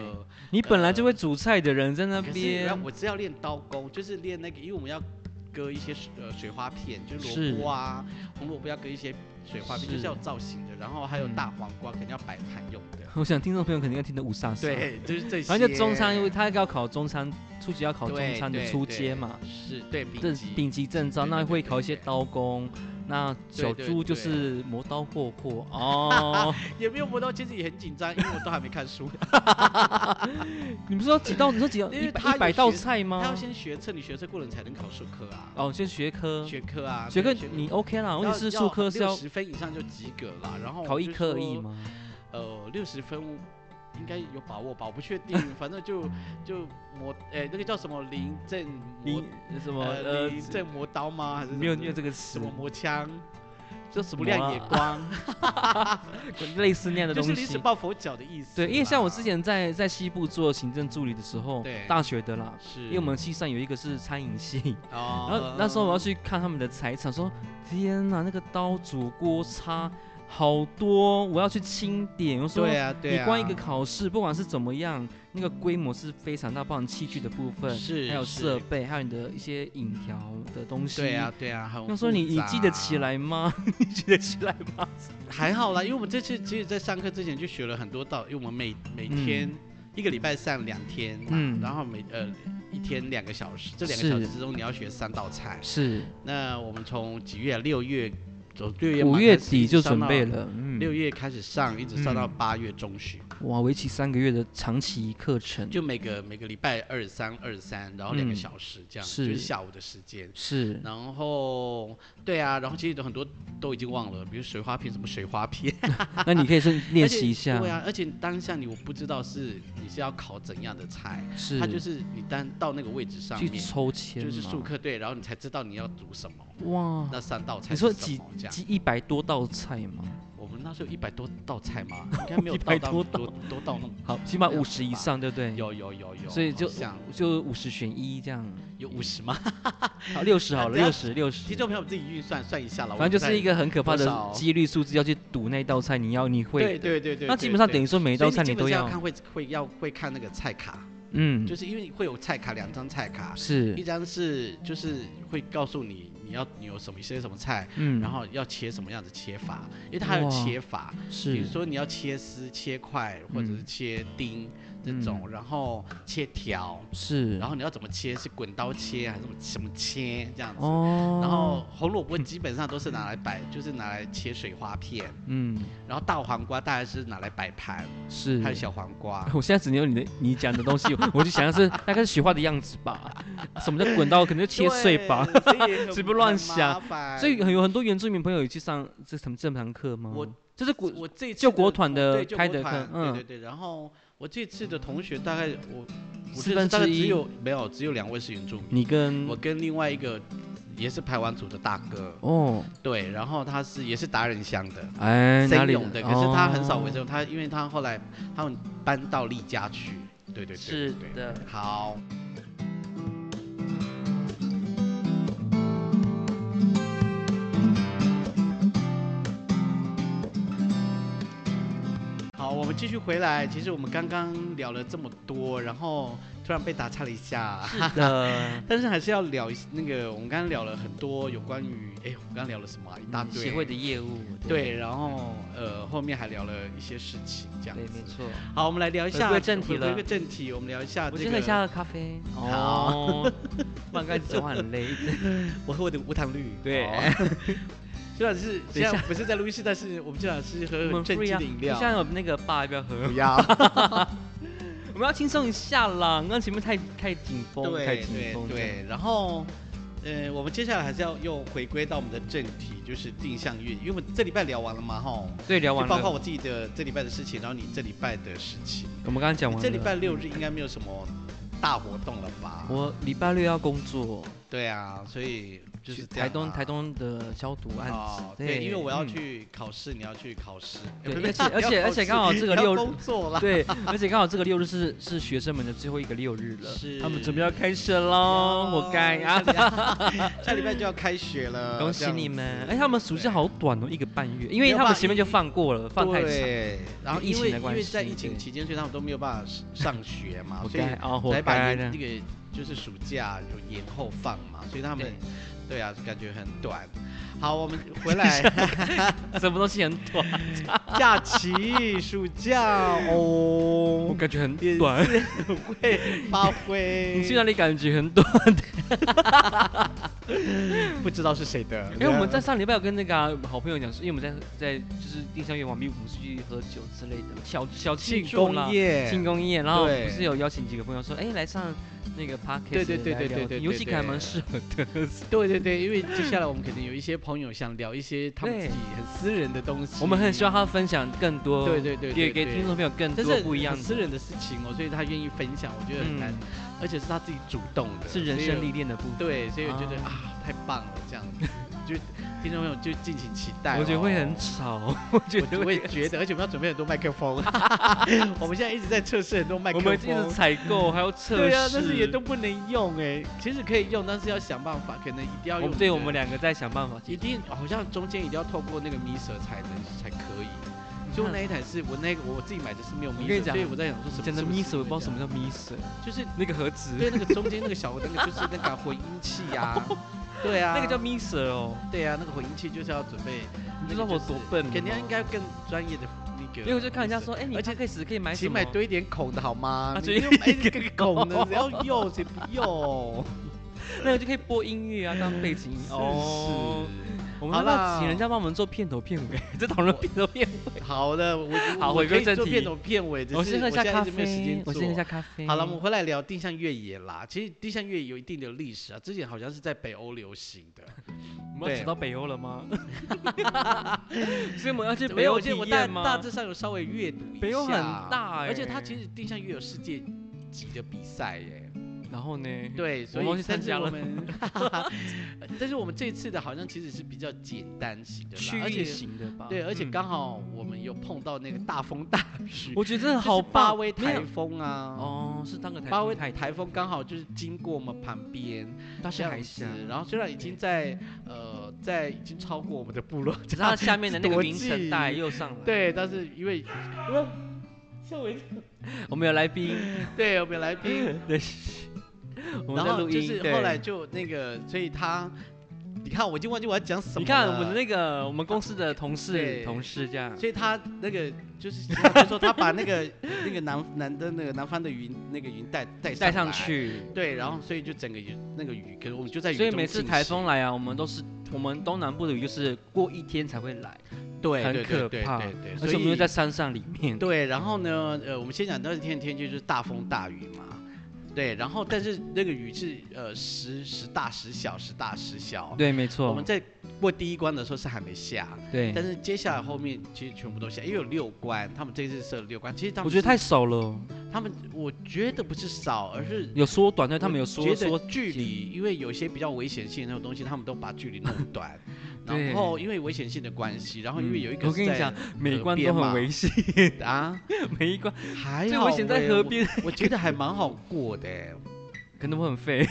Speaker 2: 你本来就会煮菜的人在那
Speaker 1: 可是
Speaker 2: 边，
Speaker 1: 我是要练刀工，就是练那个，因为我们要割一些水呃水花片，就是
Speaker 2: 是
Speaker 1: 萝卜啊、红萝卜要割一些水花片，
Speaker 2: 是
Speaker 1: 就是要有造型的。然后还有
Speaker 2: 嗯
Speaker 1: 大黄瓜，肯定要摆盘用的。
Speaker 2: 我想听众朋友肯定要听得五煞煞。，
Speaker 1: 对，就是这些。
Speaker 2: 反正就中餐，因为他要考中餐，初级要考中
Speaker 1: 对
Speaker 2: 餐的
Speaker 1: 对
Speaker 2: 初
Speaker 1: 对
Speaker 2: 阶嘛，
Speaker 1: 是对
Speaker 2: 这
Speaker 1: 顶级
Speaker 2: 顶级证照，
Speaker 1: 对对
Speaker 2: 那
Speaker 1: 对
Speaker 2: 会
Speaker 1: 对
Speaker 2: 考一些
Speaker 1: 对
Speaker 2: 刀工。那
Speaker 1: 对
Speaker 2: 小
Speaker 1: 对
Speaker 2: 猪就
Speaker 1: 对
Speaker 2: 是磨刀霍 霍哦。
Speaker 1: 也没有磨刀，其实也很紧张，因为我都还没看 书。
Speaker 2: 嗯你不是说几道？你说几道？
Speaker 1: 因
Speaker 2: 一
Speaker 1: 为
Speaker 2: 百
Speaker 1: 他
Speaker 2: 一百
Speaker 1: 有
Speaker 2: 道
Speaker 1: 学
Speaker 2: 菜
Speaker 1: 他要
Speaker 2: 吗？
Speaker 1: 先学测，你学测过了，你才能考数科啊。
Speaker 2: 哦，就学科，
Speaker 1: 学科啊，
Speaker 2: 学科
Speaker 1: 对
Speaker 2: 你 OK 啦。我也是数科是要
Speaker 1: 十分以上就及格了，然后
Speaker 2: 考一
Speaker 1: 就
Speaker 2: 科而已
Speaker 1: 说
Speaker 2: 吗？
Speaker 1: 呃，六十分应该有把握吧？我不确 定，反正就就磨，哎、那个叫什么临阵磨
Speaker 2: 你，什么
Speaker 1: 呃，
Speaker 2: 呃，
Speaker 1: 临阵磨刀吗？还是
Speaker 2: 没有
Speaker 1: 什
Speaker 2: 没
Speaker 1: 么
Speaker 2: 有这个词
Speaker 1: 什么，磨枪，
Speaker 2: 就什
Speaker 1: 不
Speaker 2: 么
Speaker 1: 亮也
Speaker 2: 啊
Speaker 1: 光，
Speaker 2: 类 似那样的
Speaker 1: 就
Speaker 2: 东
Speaker 1: 是临时
Speaker 2: 西。
Speaker 1: 抱佛脚的意思。
Speaker 2: 对，因为像我之。前在在西部做行政助理的时候
Speaker 1: 啊对，
Speaker 2: 大学的啦，
Speaker 1: 是，
Speaker 2: 因为我们系上有一个是餐饮系，
Speaker 1: 嗯哦，
Speaker 2: 然后那时候我要去看他们的财产，说天哪，那个刀、煮锅、叉好多，我要去清点。我说
Speaker 1: 对啊，对
Speaker 2: 你
Speaker 1: 啊，
Speaker 2: 光一个考试，不管是怎么样，那个规模是非常大，包含器具的部分，
Speaker 1: 是
Speaker 2: 还有
Speaker 1: 是
Speaker 2: 设备，还有你的一些引条的东西。
Speaker 1: 对啊，，对啊，很
Speaker 2: 那说你
Speaker 1: 复
Speaker 2: 你记得起
Speaker 1: 杂
Speaker 2: 来吗？ 你记得起来吗？
Speaker 1: 还好啦，因为我们这次其实，在上课之前就学了很多道，因为我们每每天、一个礼拜上两天嘛，
Speaker 2: 嗯
Speaker 1: 然后每呃一天两个小时，这两个
Speaker 2: 是
Speaker 1: 小时之中你要学三道菜。
Speaker 2: 是
Speaker 1: 那我们从几月啊？六月，从六月
Speaker 2: 五
Speaker 1: 嘛
Speaker 2: 月
Speaker 1: 开始
Speaker 2: 底就准备
Speaker 1: 上到
Speaker 2: 了，嗯，
Speaker 1: 六月开始上，一直上到
Speaker 2: 嗯
Speaker 1: 八月中旬，
Speaker 2: 哇，为期三个月的长期课程，
Speaker 1: 就每个每个礼拜二三二三，然后两个
Speaker 2: 嗯
Speaker 1: 小时这样，
Speaker 2: 是
Speaker 1: 就是下午的时间。
Speaker 2: 是
Speaker 1: 然后，对啊，然后其实有很多都已经忘了，比如水花片，什么水花片，
Speaker 2: 那你可以先练
Speaker 1: 而且
Speaker 2: 习一 下，
Speaker 1: 对啊，而且当下你我不知道是你是要考怎样的菜，
Speaker 2: 是，
Speaker 1: 它就是你单到那个位置上
Speaker 2: 去
Speaker 1: 面，
Speaker 2: 抽签
Speaker 1: 就
Speaker 2: 嘛，
Speaker 1: 是数课对，然后你才知道你要煮什么，
Speaker 2: 哇，
Speaker 1: 那三道菜
Speaker 2: 你说
Speaker 1: 是什
Speaker 2: 几
Speaker 1: 么这样。
Speaker 2: 几一百多道菜嘛，
Speaker 1: 我们那时候一百多道菜 嘛，应该没有到
Speaker 2: 100多
Speaker 1: 到
Speaker 2: 道
Speaker 1: 多多到那么
Speaker 2: 好，起码
Speaker 1: 这样
Speaker 2: 五
Speaker 1: 子
Speaker 2: 十以
Speaker 1: 吧
Speaker 2: 上，对不对？
Speaker 1: 有有有有，
Speaker 2: 所以就
Speaker 1: 想
Speaker 2: 就五十选一这样，
Speaker 1: 有五十吗？
Speaker 2: 好六十好了，
Speaker 1: 只要
Speaker 2: 六十六十
Speaker 1: 听，众朋友们自己运算算一下了，
Speaker 2: 反正就是一
Speaker 1: 个
Speaker 2: 个很可怕
Speaker 1: 多
Speaker 2: 的
Speaker 1: 少
Speaker 2: 几率数字，要去赌那道菜，你要你会，
Speaker 1: 对对对对，
Speaker 2: 那基本上等于说每
Speaker 1: 每
Speaker 2: 一道菜
Speaker 1: 你
Speaker 2: 都
Speaker 1: 要
Speaker 2: 要，
Speaker 1: 看会会要会看那个菜卡，
Speaker 2: 嗯，
Speaker 1: 就是因为会有菜卡两张菜卡，一
Speaker 2: 是，
Speaker 1: 张是就是会告诉你你要你有什么一些什么菜，
Speaker 2: 嗯，
Speaker 1: 然后要切什么样的切法，因为它还有
Speaker 2: 哇
Speaker 1: 切法，比
Speaker 2: 是
Speaker 1: 如说你要切丝、切块或者是
Speaker 2: 嗯
Speaker 1: 切丁这种，然后切条，
Speaker 2: 是，
Speaker 1: 然后你要怎么切，是滚刀切还是怎么怎么切这样子。
Speaker 2: 哦，
Speaker 1: 然后红萝卜基本上都是拿来摆，就是拿来切水花片，
Speaker 2: 嗯
Speaker 1: 然后大黄瓜大概是拿来摆盘，
Speaker 2: 是。
Speaker 1: 还有。小黄瓜
Speaker 2: 我现在只能用你的你讲的东西，我就想的是大概是雪花的样子吧。什么叫滚刀？可能就 切碎吧。
Speaker 1: 对，所以 也很
Speaker 2: 随便乱
Speaker 1: 很麻
Speaker 2: 想
Speaker 1: 烦
Speaker 2: 所以很有很多原住民朋友有去上这什么这堂课吗？
Speaker 1: 我
Speaker 2: 这是古
Speaker 1: 我这一次
Speaker 2: 救
Speaker 1: 的
Speaker 2: 国团
Speaker 1: 我
Speaker 2: 的
Speaker 1: 对救
Speaker 2: 开
Speaker 1: 国
Speaker 2: 的
Speaker 1: 团
Speaker 2: 课嗯
Speaker 1: 对对对。然后我这次的同学大概我我
Speaker 2: 四
Speaker 1: 认识
Speaker 2: 分
Speaker 1: 大概
Speaker 2: 之一
Speaker 1: 只有没有只有两位是原住民，
Speaker 2: 你跟
Speaker 1: 我跟另外一个也是排湾族的大哥，
Speaker 2: 哦，
Speaker 1: 对，然后他是也是达人乡的。
Speaker 2: 哎，哪
Speaker 1: 森
Speaker 2: 里
Speaker 1: 永的，可是他很少
Speaker 2: 哦
Speaker 1: 回收，他因为他后来他们搬到丽家去，对对对对
Speaker 2: 是
Speaker 1: 对
Speaker 2: 的，
Speaker 1: 好，好，我们继续回来。其实我们刚刚聊了这么多，然后突然被打岔了一下，
Speaker 2: 是的，
Speaker 1: 但是还是要聊一那个，我们刚刚聊了很多有关于，哎，我们刚刚聊了什么啊、一大
Speaker 2: 嗯
Speaker 1: 堆。
Speaker 2: 协会的业务，
Speaker 1: 对，然后呃，后面还聊了一些事情，这样
Speaker 2: 对，
Speaker 1: 子
Speaker 2: 没。错。
Speaker 1: 好，我们来聊一
Speaker 2: 回
Speaker 1: 下
Speaker 2: 归正题
Speaker 1: 回
Speaker 2: 了
Speaker 1: 归正题，我们聊一下
Speaker 2: 我
Speaker 1: 啊这
Speaker 2: 现在
Speaker 1: 个
Speaker 2: 下了咖啡，
Speaker 1: 好
Speaker 2: 哦， 不然刚才讲话很累。
Speaker 1: 我喝我的无糖绿。
Speaker 2: 对
Speaker 1: 好， 虽然是
Speaker 2: 哦等一
Speaker 1: 现
Speaker 2: 下
Speaker 1: 在不是在录音室，但是我们现在是喝
Speaker 2: 我
Speaker 1: 很
Speaker 2: 们
Speaker 1: 正
Speaker 2: free
Speaker 1: 经
Speaker 2: 啊
Speaker 1: 的饮，
Speaker 2: 现在
Speaker 1: 料。
Speaker 2: 有那个爸要不要喝？
Speaker 1: 要。
Speaker 2: 我们要轻松一下啦，刚刚前面太太紧绷，太
Speaker 1: 对
Speaker 2: 紧绷
Speaker 1: 对
Speaker 2: 这样。
Speaker 1: 对，然后。呃，我们接下来还是要又回归到我们的正题，就是定向运，因为我们这礼拜聊完了嘛，吼，
Speaker 2: 对，聊
Speaker 1: 就
Speaker 2: 完
Speaker 1: 包括
Speaker 2: 了。
Speaker 1: 我自己的这礼拜的事情，然后你这礼拜的事情，
Speaker 2: 我们刚刚讲
Speaker 1: 你
Speaker 2: 完了。
Speaker 1: 这礼拜六日应该没有什么大活动了吧？
Speaker 2: 我礼拜六要工作，
Speaker 1: 对啊，所以就
Speaker 2: 去
Speaker 1: 是这
Speaker 2: 台
Speaker 1: 样
Speaker 2: 东
Speaker 1: 啊
Speaker 2: 台东的消毒案子
Speaker 1: 哦，，对，因为我要
Speaker 2: 嗯
Speaker 1: 去考试，你要去考试，
Speaker 2: 对
Speaker 1: 不是
Speaker 2: 而且
Speaker 1: 你要考
Speaker 2: 而且而且
Speaker 1: 试
Speaker 2: 刚好这个
Speaker 1: 你要
Speaker 2: 六日
Speaker 1: 工作啦，
Speaker 2: 对，而且刚好这个六日是是学生们的最后一个六日了，他们准备要
Speaker 1: 是
Speaker 2: 开学喽，活该啊！
Speaker 1: 啊！哦 下礼拜就要开学了，
Speaker 2: 恭
Speaker 1: 这
Speaker 2: 喜
Speaker 1: 样
Speaker 2: 你们！
Speaker 1: 子
Speaker 2: 哎，他们暑假好短哦，一个半月，因为
Speaker 1: 没有
Speaker 2: 他们
Speaker 1: 吧
Speaker 2: 前面就
Speaker 1: 一
Speaker 2: 放过了，放太长，
Speaker 1: 对，然后
Speaker 2: 疫
Speaker 1: 因
Speaker 2: 情
Speaker 1: 为
Speaker 2: 的
Speaker 1: 因
Speaker 2: 关
Speaker 1: 为在
Speaker 2: 系
Speaker 1: 疫情
Speaker 2: 对
Speaker 1: 期间，所以他们都没有办法上学 嘛，
Speaker 2: 活
Speaker 1: 所以
Speaker 2: 该啊，活
Speaker 1: 才把
Speaker 2: 该
Speaker 1: 延
Speaker 2: 的
Speaker 1: 那。个就是暑假就延后放嘛，所以他们
Speaker 2: 对
Speaker 1: 对啊，感觉很短。好，我们回 来
Speaker 2: 什么东西很短，
Speaker 1: 假期暑假
Speaker 2: 我
Speaker 1: 哦，
Speaker 2: 感觉很
Speaker 1: 也
Speaker 2: 短。
Speaker 1: 是很会发挥。
Speaker 2: 你去哪里感觉很短？
Speaker 1: 不知道是谁的？
Speaker 2: 因为我们在上礼拜有跟那个啊好朋友讲说，因为我们在在就是丁香园旁边，我们是去喝酒之类的，小小庆
Speaker 1: 庆
Speaker 2: 祝啦
Speaker 1: 功宴，
Speaker 2: 庆功宴，然后
Speaker 1: 对
Speaker 2: 不是有邀请几个朋友说，哎，来上那个 podcast，
Speaker 1: 对对对
Speaker 2: 来
Speaker 1: 对
Speaker 2: 聊
Speaker 1: 对
Speaker 2: 天
Speaker 1: 对
Speaker 2: 尤
Speaker 1: 对
Speaker 2: 其还蛮
Speaker 1: 对
Speaker 2: 适合的。
Speaker 1: 对对对，因为接下来我们可能有一些朋友想聊一些他们
Speaker 2: 对
Speaker 1: 自己很私人的东西，
Speaker 2: 我们很希望他分享更多，
Speaker 1: 对对对
Speaker 2: 给
Speaker 1: 对
Speaker 2: 给
Speaker 1: 对
Speaker 2: 听众朋友更
Speaker 1: 但是
Speaker 2: 多不一样
Speaker 1: 很私人的事情哦，所以他愿意分享，我觉得很难，
Speaker 2: 嗯
Speaker 1: 而且是他自己主动的，
Speaker 2: 是人
Speaker 1: 所以
Speaker 2: 生历练的部分。
Speaker 1: 对，所以我觉得
Speaker 2: 啊
Speaker 1: 啊太棒了，这样子就听众朋友就敬请期待、
Speaker 2: 我觉得会很。吵，我觉得
Speaker 1: 啊哦我
Speaker 2: 会
Speaker 1: 也觉得，而且我们要准备很多麦克 风，我们现在一直在测试很多麦
Speaker 2: 我
Speaker 1: 克
Speaker 2: 们
Speaker 1: 风
Speaker 2: 一，直采购还要测试，
Speaker 1: 对啊，但是也都不能用哎。其实可以用，但是要想办法，可能一定要
Speaker 2: 我
Speaker 1: 用
Speaker 2: 们
Speaker 1: 你的。
Speaker 2: 对我们两个在想办法解
Speaker 1: 一
Speaker 2: 决。
Speaker 1: 定好像中间一定要透过那个 Miser 才能才可以。所以我那一台是我那个我自己买的是没有
Speaker 2: 我跟你
Speaker 1: Miser，
Speaker 2: 讲
Speaker 1: 所以我在想说什么
Speaker 2: 真的
Speaker 1: 是不是
Speaker 2: m i s 我不知道什么
Speaker 1: 这样
Speaker 2: 叫 m i s
Speaker 1: 就是
Speaker 2: 那个盒子，
Speaker 1: 对那个中间那个小那个就是那个回音器呀， 对啊，
Speaker 2: 那个叫 m i s 哦。
Speaker 1: 对啊，那个回音器就是要准备，
Speaker 2: 你知道我多笨吗哦
Speaker 1: 肯定应该更专业的那个。
Speaker 2: 因为我就看人家说，哎，你
Speaker 1: 而且
Speaker 2: p o d 可以买什
Speaker 1: 请
Speaker 2: 么？
Speaker 1: 买多一点孔的好吗
Speaker 2: 啊？
Speaker 1: 你
Speaker 2: 就一
Speaker 1: 不用买
Speaker 2: 个
Speaker 1: 一个孔的，谁要用谁不 用？
Speaker 2: 那个就可以播音乐啊，当背景音哦。我们要
Speaker 1: 好
Speaker 2: 不要
Speaker 1: 啦
Speaker 2: 请人家帮我们做片头片尾？ 这讨论片头片尾，
Speaker 1: 是好的，我
Speaker 2: 好
Speaker 1: 我
Speaker 2: 回
Speaker 1: 可
Speaker 2: 归
Speaker 1: 以
Speaker 2: 正
Speaker 1: 做
Speaker 2: 题
Speaker 1: 片头片尾，只
Speaker 2: 我
Speaker 1: 是
Speaker 2: 先喝一下
Speaker 1: 现在
Speaker 2: 咖
Speaker 1: 一直没有时
Speaker 2: 啡
Speaker 1: 间，
Speaker 2: 我先
Speaker 1: 做
Speaker 2: 喝一下咖啡。
Speaker 1: 好了，我们回来聊定向越野啦。其实定向越野有一定的历史啊，之前好像是在北欧流行 的。
Speaker 2: 我们要
Speaker 1: 对
Speaker 2: 走到北欧 了吗？所以我们要去
Speaker 1: 没
Speaker 2: 北
Speaker 1: 有，
Speaker 2: 欧
Speaker 1: 我
Speaker 2: 体
Speaker 1: 记得我大
Speaker 2: 验
Speaker 1: 大
Speaker 2: 吗？
Speaker 1: 致上有稍微阅读一下。
Speaker 2: 北欧很大欸
Speaker 1: 而且它其实定向越野有世界级的比赛耶。
Speaker 2: 然后呢？
Speaker 1: 对，啊所以
Speaker 2: 我忘记参
Speaker 1: 但是
Speaker 2: 加
Speaker 1: 我
Speaker 2: 了
Speaker 1: 们， 但是我们这次的好像其实是比较简单型的
Speaker 2: 区
Speaker 1: 啦，而
Speaker 2: 域
Speaker 1: 且
Speaker 2: 型的吧。
Speaker 1: 对，而且
Speaker 2: 嗯
Speaker 1: 刚好我们有碰到那个大风大雨，
Speaker 2: 我觉得真的
Speaker 1: 就是
Speaker 2: 好棒
Speaker 1: 八威
Speaker 2: 没有
Speaker 1: 台风啊。
Speaker 2: 哦，是当个台
Speaker 1: 八
Speaker 2: 风
Speaker 1: 威
Speaker 2: 太
Speaker 1: 台风刚好就是经过我们旁边，
Speaker 2: 它
Speaker 1: 这
Speaker 2: 是海
Speaker 1: 样
Speaker 2: 峡
Speaker 1: 子，，然后虽然已经在呃在已经超过我们的部 落，
Speaker 2: 只是它下面的那个
Speaker 1: 国
Speaker 2: 云层
Speaker 1: 际
Speaker 2: 带又上来。，
Speaker 1: 对，但是因为因为吓我一跳，
Speaker 2: 我们有来宾，
Speaker 1: 对，我们有来宾，
Speaker 2: 对， 我
Speaker 1: 嗯
Speaker 2: 们
Speaker 1: 然
Speaker 2: 在
Speaker 1: 后
Speaker 2: 录
Speaker 1: 就
Speaker 2: 音。
Speaker 1: 是
Speaker 2: 对
Speaker 1: 后来就那个，所以他，你看我已经忘记我要讲什么了，
Speaker 2: 你看我们的那个我们公司的同事
Speaker 1: 对
Speaker 2: 同事这样，
Speaker 1: 所以他那个就是，就说他把那个那个南南的那个南方的云那个云带带
Speaker 2: 带
Speaker 1: 上
Speaker 2: 上
Speaker 1: 来，
Speaker 2: 去。
Speaker 1: 对，然后所以就整个雨那个雨，可是我们就在雨
Speaker 2: 所以
Speaker 1: 中
Speaker 2: 每次
Speaker 1: 进
Speaker 2: 台
Speaker 1: 行
Speaker 2: 风来啊，我们都是我们东南部的雨就是过一天才会来，
Speaker 1: 对
Speaker 2: 很
Speaker 1: 对
Speaker 2: 可
Speaker 1: 对对
Speaker 2: 怕
Speaker 1: 对对，
Speaker 2: 而
Speaker 1: 所
Speaker 2: 且我们
Speaker 1: 以
Speaker 2: 又在山上里面。
Speaker 1: 对，然后呢，呃，我们先讲那天的天气就是大风大雨嘛，对，然后但是那个雨是呃时时大时小，时大时小。
Speaker 2: 对，没
Speaker 1: 我
Speaker 2: 错
Speaker 1: 们。在过第一关的时候是还没下，
Speaker 2: 对
Speaker 1: 但，是接下来后面其实全部都下，因为有六关，他们这次设了六关，其实他们
Speaker 2: 我觉得太
Speaker 1: 是
Speaker 2: 少了，
Speaker 1: 他们我觉得不是少，而是
Speaker 2: 有缩短，但他们有
Speaker 1: 觉
Speaker 2: 缩
Speaker 1: 得
Speaker 2: 缩
Speaker 1: 距离，因为有些比较危险性的那种东西，他们都把距离弄 短，然后因为危险性的关系，然后因为有一个
Speaker 2: 嗯我跟你
Speaker 1: 在
Speaker 2: 讲，每一
Speaker 1: 河
Speaker 2: 关都
Speaker 1: 边
Speaker 2: 很
Speaker 1: 嘛
Speaker 2: 危险，
Speaker 1: 啊，
Speaker 2: 每一关
Speaker 1: 还
Speaker 2: 最
Speaker 1: 好
Speaker 2: 危险在
Speaker 1: 欸
Speaker 2: 河
Speaker 1: 我
Speaker 2: 边，
Speaker 1: 我觉得还蛮好过的欸、
Speaker 2: 可能会很废。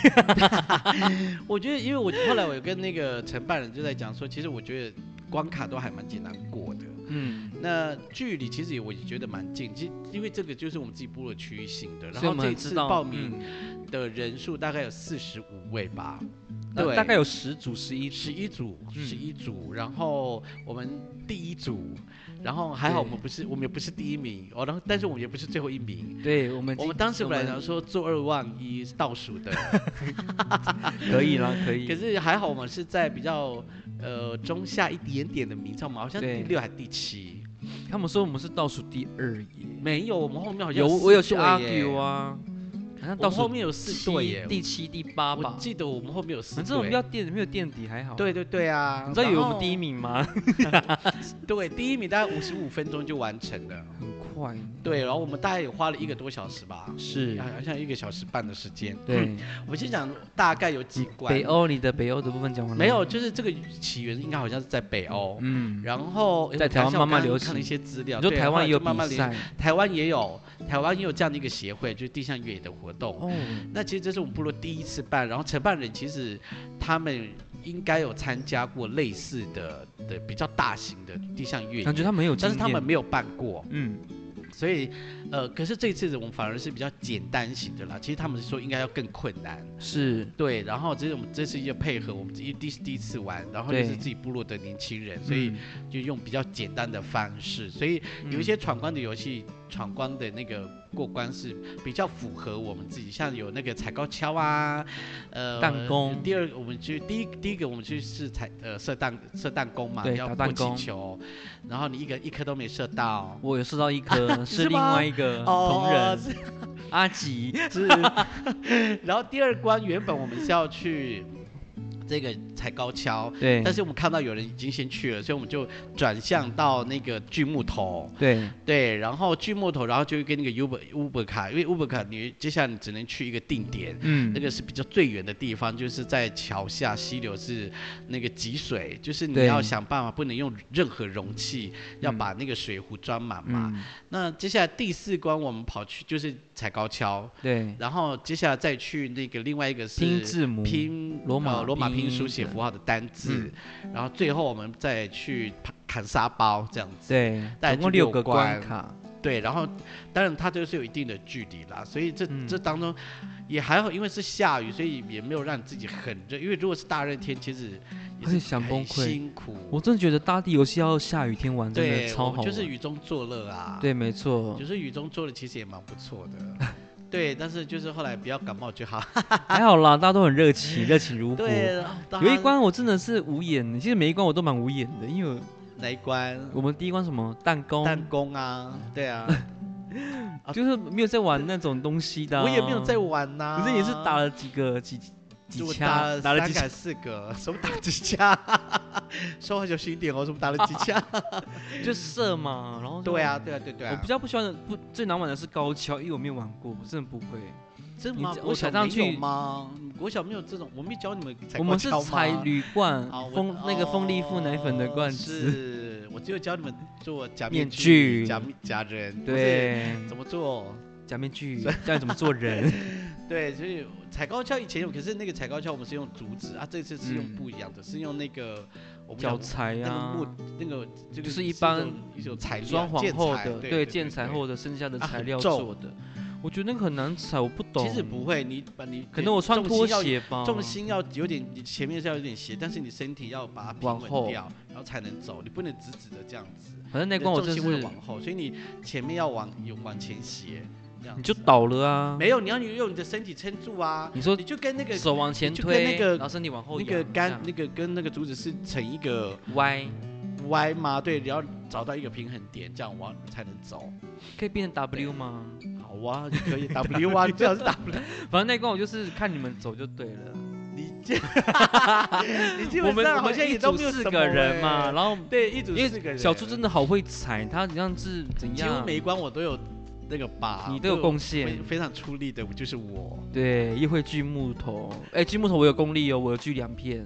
Speaker 1: 我觉得，因为我后来我有跟那个承办人就在讲说，其实我觉得关卡都还蛮简单过的。
Speaker 2: 嗯，
Speaker 1: 那距离其实也我也觉得蛮近，其实因为这个就是我们自己部落区域性的。然
Speaker 2: 所以我
Speaker 1: 后
Speaker 2: 们
Speaker 1: 这
Speaker 2: 很
Speaker 1: 一
Speaker 2: 知
Speaker 1: 次
Speaker 2: 道
Speaker 1: 报名
Speaker 2: 嗯
Speaker 1: 的人数大概有四十五位吧，
Speaker 2: 大
Speaker 1: 对
Speaker 2: 大概有十组、十一
Speaker 1: 十一组，
Speaker 2: 嗯
Speaker 1: 十一组。然后我们第一组，然后还好我们不是我们也不是第一名，哦，然后但是我们也不是最后一名。
Speaker 2: 对我们已
Speaker 1: 我们
Speaker 2: 经
Speaker 1: 当时
Speaker 2: 我
Speaker 1: 本来
Speaker 2: 们
Speaker 1: 想说做二万一是倒数的，
Speaker 2: 可以了，可以。
Speaker 1: 可是还好我们是在比较呃中下一点点的名次，我们好像
Speaker 2: 对
Speaker 1: 第六还第七，
Speaker 2: 他们说我们是倒数第二耶，
Speaker 1: 没有，我们后面好像
Speaker 2: 有我有去
Speaker 1: 阿 Q
Speaker 2: argue，啊，好像
Speaker 1: 我
Speaker 2: 倒
Speaker 1: 们后
Speaker 2: 数
Speaker 1: 面有四队耶，
Speaker 2: 第七、第八
Speaker 1: 我
Speaker 2: 吧。
Speaker 1: 记得我们后面有四
Speaker 2: 反
Speaker 1: 队，
Speaker 2: 正我们要垫没有垫底还好。，
Speaker 1: 对对对啊，
Speaker 2: 你知道有我们第一
Speaker 1: 名，
Speaker 2: 名吗？
Speaker 1: 对，第一名大概五十五分钟就完成了。
Speaker 2: 很快快呢。
Speaker 1: 对，然后我们大概也花了一个多小时吧，
Speaker 2: 是，
Speaker 1: 好像一个小时半的时间。
Speaker 2: 对。
Speaker 1: 我先讲大概有几关
Speaker 2: 北，欧，你的北欧的部分讲完了
Speaker 1: 没？有，就是这个起源应该好像是在北欧，
Speaker 2: 嗯，
Speaker 1: 然后诶
Speaker 2: 在
Speaker 1: 我
Speaker 2: 台湾
Speaker 1: 看一下
Speaker 2: 慢慢
Speaker 1: 我刚刚
Speaker 2: 流
Speaker 1: 看了一
Speaker 2: 行
Speaker 1: 些资料，
Speaker 2: 你说
Speaker 1: 对
Speaker 2: 台
Speaker 1: 后
Speaker 2: 湾
Speaker 1: 来
Speaker 2: 也有
Speaker 1: 就慢慢
Speaker 2: 比
Speaker 1: 流
Speaker 2: 赛
Speaker 1: 台湾也有，台湾也有这样的一个协会，就是地上越野的活动。
Speaker 2: 哦，
Speaker 1: 那其实这是我们部落第一次办，然后承办人其实他们应该有参加过类似的的比较大型的地上越
Speaker 2: 感觉
Speaker 1: 野，
Speaker 2: 他们有经
Speaker 1: 但是
Speaker 2: 验，
Speaker 1: 他们没有办过，
Speaker 2: 嗯，
Speaker 1: 所以呃，可是这次我们反而是比较简单型的啦。其实他们是说应该要更困难，
Speaker 2: 是
Speaker 1: 对。然后这是我们这次也配合我们一第第一次玩，然后又是
Speaker 2: 对
Speaker 1: 自己部落的年轻人，所以
Speaker 2: 嗯
Speaker 1: 就用比较简单的方式，所以有一些闯关的
Speaker 2: 嗯
Speaker 1: 游戏，闯关的那个过关是比较符合我们自己，像有那个踩高跷啊，呃，
Speaker 2: 弹弓
Speaker 1: 第二，我们去第一第一个我们去是踩呃射弹射弹弓嘛，
Speaker 2: 对
Speaker 1: 要
Speaker 2: 打
Speaker 1: 过
Speaker 2: 弹
Speaker 1: 气
Speaker 2: 弓
Speaker 1: 球，然后你一个一颗都没射 到。
Speaker 2: 嗯我有收到一 颗，
Speaker 1: 是
Speaker 2: 是另
Speaker 1: 吗
Speaker 2: 外一个同
Speaker 1: 哦，
Speaker 2: 仁 阿吉，
Speaker 1: 是，然后第二关原本我们是要去这个踩高跷，
Speaker 2: 对
Speaker 1: 但是我们看到有人已经先去了，所以我们就转向到那个锯木头，
Speaker 2: 对，
Speaker 1: 对，然后锯木头，然后就会跟那个 Uber Uber 卡，因为 Uber 卡你接下来你只能去一个定点，
Speaker 2: 嗯
Speaker 1: 那，个是比较最远的地方，就是在桥下溪流是那个集水，就是你
Speaker 2: 对
Speaker 1: 要想办法不能用任何容器，要
Speaker 2: 嗯
Speaker 1: 把那个水壶装满嘛。
Speaker 2: 嗯，
Speaker 1: 那接下来第四关我们跑去就是踩高跷，
Speaker 2: 对，
Speaker 1: 然后接下来再去那个另外一个是
Speaker 2: 拼字母，
Speaker 1: 拼
Speaker 2: 罗马
Speaker 1: 呃罗马
Speaker 2: 拼嗯
Speaker 1: 拼
Speaker 2: 音
Speaker 1: 音书写
Speaker 2: 的
Speaker 1: 符号的单字，然后最后我们再去砍砍沙包这样子。
Speaker 2: 对，
Speaker 1: 带
Speaker 2: 总共
Speaker 1: 去六
Speaker 2: 六个
Speaker 1: 关
Speaker 2: 关卡，
Speaker 1: 对，然后当然它都是有一定的距离啦，所以这、
Speaker 2: 嗯
Speaker 1: 这当中也还好，因为是下雨，所以也没有让自己很热。因为如果是大热天，其实也
Speaker 2: 会
Speaker 1: 是
Speaker 2: 想
Speaker 1: 很
Speaker 2: 崩溃
Speaker 1: 辛苦。
Speaker 2: 我真的觉得大地游戏要下雨天玩真的
Speaker 1: 对，
Speaker 2: 超
Speaker 1: 我
Speaker 2: 好玩，
Speaker 1: 就是雨中作乐啊。，
Speaker 2: 对，没错
Speaker 1: 就，是雨中作乐，其实也蛮不错的。对，但是就是后来不要感冒 就好。
Speaker 2: 还好啦，大家都很 热情，热情如火。
Speaker 1: 对，然后当
Speaker 2: 有一
Speaker 1: 然
Speaker 2: 关我真的是无眼，其实每一关我都蛮无眼的，因为
Speaker 1: 哪一关？
Speaker 2: 我们第一关什么弹弓，
Speaker 1: 弹弓啊，对 啊，啊
Speaker 2: 就是没有在玩那种东西的、啊
Speaker 1: 我也没有在，玩呐、
Speaker 2: 可是也是打了几个几几
Speaker 1: 我
Speaker 2: 枪
Speaker 1: 打了，
Speaker 2: 打
Speaker 1: 三
Speaker 2: 了几
Speaker 1: 个
Speaker 2: 枪
Speaker 1: 还，是四个， 什么打几下？ 说话小心一点哦，什么打了几下？
Speaker 2: 就射嘛，然后就
Speaker 1: 对。啊，对啊，对对啊。
Speaker 2: 我比较不喜欢的不最难玩的是高跷，因为我没有玩过，我真的不会。
Speaker 1: 真的
Speaker 2: 你
Speaker 1: 吗？
Speaker 2: 这
Speaker 1: 国
Speaker 2: 我
Speaker 1: 小
Speaker 2: 踩上
Speaker 1: 没有
Speaker 2: 去
Speaker 1: 吗？你国小没有这种，我没教你们踩
Speaker 2: 我
Speaker 1: 过
Speaker 2: 们是
Speaker 1: 跷
Speaker 2: 踩
Speaker 1: 吗
Speaker 2: 铝罐
Speaker 1: 啊，我
Speaker 2: 风那个风力富奶粉的
Speaker 1: 哦
Speaker 2: 罐 子，
Speaker 1: 是我只有教你们做假
Speaker 2: 面
Speaker 1: 具、
Speaker 2: 具
Speaker 1: 假面假人，，
Speaker 2: 对，
Speaker 1: 怎么做？
Speaker 2: 假面具教你怎么 做人，
Speaker 1: 对，所以踩高跷以前有，可是那个踩高跷我们是用竹子啊，这次是用
Speaker 2: 嗯
Speaker 1: 不一样的，是用那个我们
Speaker 2: 脚
Speaker 1: 讲
Speaker 2: 材
Speaker 1: 那个
Speaker 2: 啊，
Speaker 1: 木那个这个
Speaker 2: 就是一
Speaker 1: 种
Speaker 2: 般
Speaker 1: 一种材料
Speaker 2: 装潢
Speaker 1: 建
Speaker 2: 后
Speaker 1: 材
Speaker 2: 的，
Speaker 1: 对
Speaker 2: 对建材。
Speaker 1: 对
Speaker 2: 后的剩下的
Speaker 1: 啊
Speaker 2: 材
Speaker 1: 很
Speaker 2: 料
Speaker 1: 重
Speaker 2: 做的，我觉得那个很难踩，我不懂。
Speaker 1: 其实不，会，你把你
Speaker 2: 可能我穿
Speaker 1: 重心
Speaker 2: 拖
Speaker 1: 要
Speaker 2: 鞋吧。
Speaker 1: 重心要有点，你前面是要有点斜，但是你身体要把它平
Speaker 2: 往
Speaker 1: 稳
Speaker 2: 后
Speaker 1: 掉，然后才能走，你不能直直的这样子。
Speaker 2: 反正那
Speaker 1: 你的
Speaker 2: 关我
Speaker 1: 重
Speaker 2: 真
Speaker 1: 心会
Speaker 2: 是，
Speaker 1: 往后，所以你前面要往有往前斜，这样
Speaker 2: 你就
Speaker 1: 子
Speaker 2: 倒了啊。
Speaker 1: 没有，你要你用你的身体撑住啊，
Speaker 2: 你说
Speaker 1: 你就跟那个
Speaker 2: 手往前
Speaker 1: 就跟
Speaker 2: 推，
Speaker 1: 那个
Speaker 2: 然后身体往后
Speaker 1: 那
Speaker 2: 仰
Speaker 1: 个
Speaker 2: 这
Speaker 1: 杆
Speaker 2: 样
Speaker 1: 那个跟那个竹子是成一个
Speaker 2: 歪，
Speaker 1: 歪吗？对，你要找到一个平衡点，这样往才能走。
Speaker 2: 可以变成 W 吗？
Speaker 1: 好啊，你可以 W 啊，你最好是 W。
Speaker 2: 反正那关我就是看你们走就对了。
Speaker 1: 你这， 你基
Speaker 2: 我
Speaker 1: 本
Speaker 2: 们
Speaker 1: 上
Speaker 2: 我
Speaker 1: 好
Speaker 2: 们
Speaker 1: 像
Speaker 2: 一
Speaker 1: 也都
Speaker 2: 组
Speaker 1: 没有
Speaker 2: 四
Speaker 1: 什
Speaker 2: 个
Speaker 1: 么
Speaker 2: 人嘛，
Speaker 1: 欸
Speaker 2: 然后
Speaker 1: 对，一组
Speaker 2: 因
Speaker 1: 四个
Speaker 2: 为
Speaker 1: 人。
Speaker 2: 小猪真的好会踩，他好像是怎
Speaker 1: 几乎
Speaker 2: 样，
Speaker 1: 每一关我都有那个把，
Speaker 2: 你都有贡献
Speaker 1: 非。非常出力的，我就是我。
Speaker 2: 对，又会锯木头，哎、锯木头我有功力哦，我有锯两片，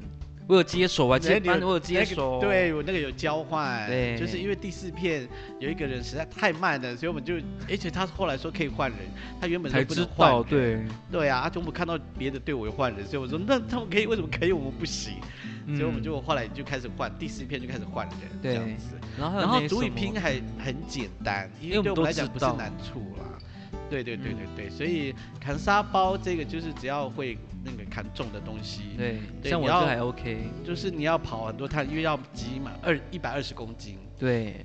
Speaker 2: 我有接手，我还接
Speaker 1: 哎你有
Speaker 2: 班，我有接
Speaker 1: 那个
Speaker 2: 手，
Speaker 1: 对我那个有交换，
Speaker 2: 对
Speaker 1: 就是因为第四片有一个人实在太慢了，所以我们就，而且他后来说可以换人，他原本说
Speaker 2: 才
Speaker 1: 不
Speaker 2: 知
Speaker 1: 能换
Speaker 2: 道，
Speaker 1: 人，
Speaker 2: 对，
Speaker 1: 对啊，啊就我们看到别的队伍有换人，所以我说那他们可以，为什么可以我们不行？所以我们
Speaker 2: 嗯
Speaker 1: 就后来就开始换，第四片就开始换人这
Speaker 2: 对
Speaker 1: 样子。
Speaker 2: 然后
Speaker 1: 然
Speaker 2: 还有
Speaker 1: 后
Speaker 2: 那
Speaker 1: 主语
Speaker 2: 啊什么
Speaker 1: 拼还很简单，因
Speaker 2: 因
Speaker 1: 为
Speaker 2: 为我
Speaker 1: 对
Speaker 2: 们
Speaker 1: 我
Speaker 2: 都
Speaker 1: 们来讲
Speaker 2: 知
Speaker 1: 不是
Speaker 2: 道嗯
Speaker 1: 难处啦。对对对对对，所以砍沙包这个就是只要会那个砍重的东西，
Speaker 2: 对，
Speaker 1: 对
Speaker 2: 像
Speaker 1: 你
Speaker 2: 我这
Speaker 1: 要
Speaker 2: 还 OK，
Speaker 1: 就是你要跑很多趟，因为要挤满二一百二十公斤，
Speaker 2: 对，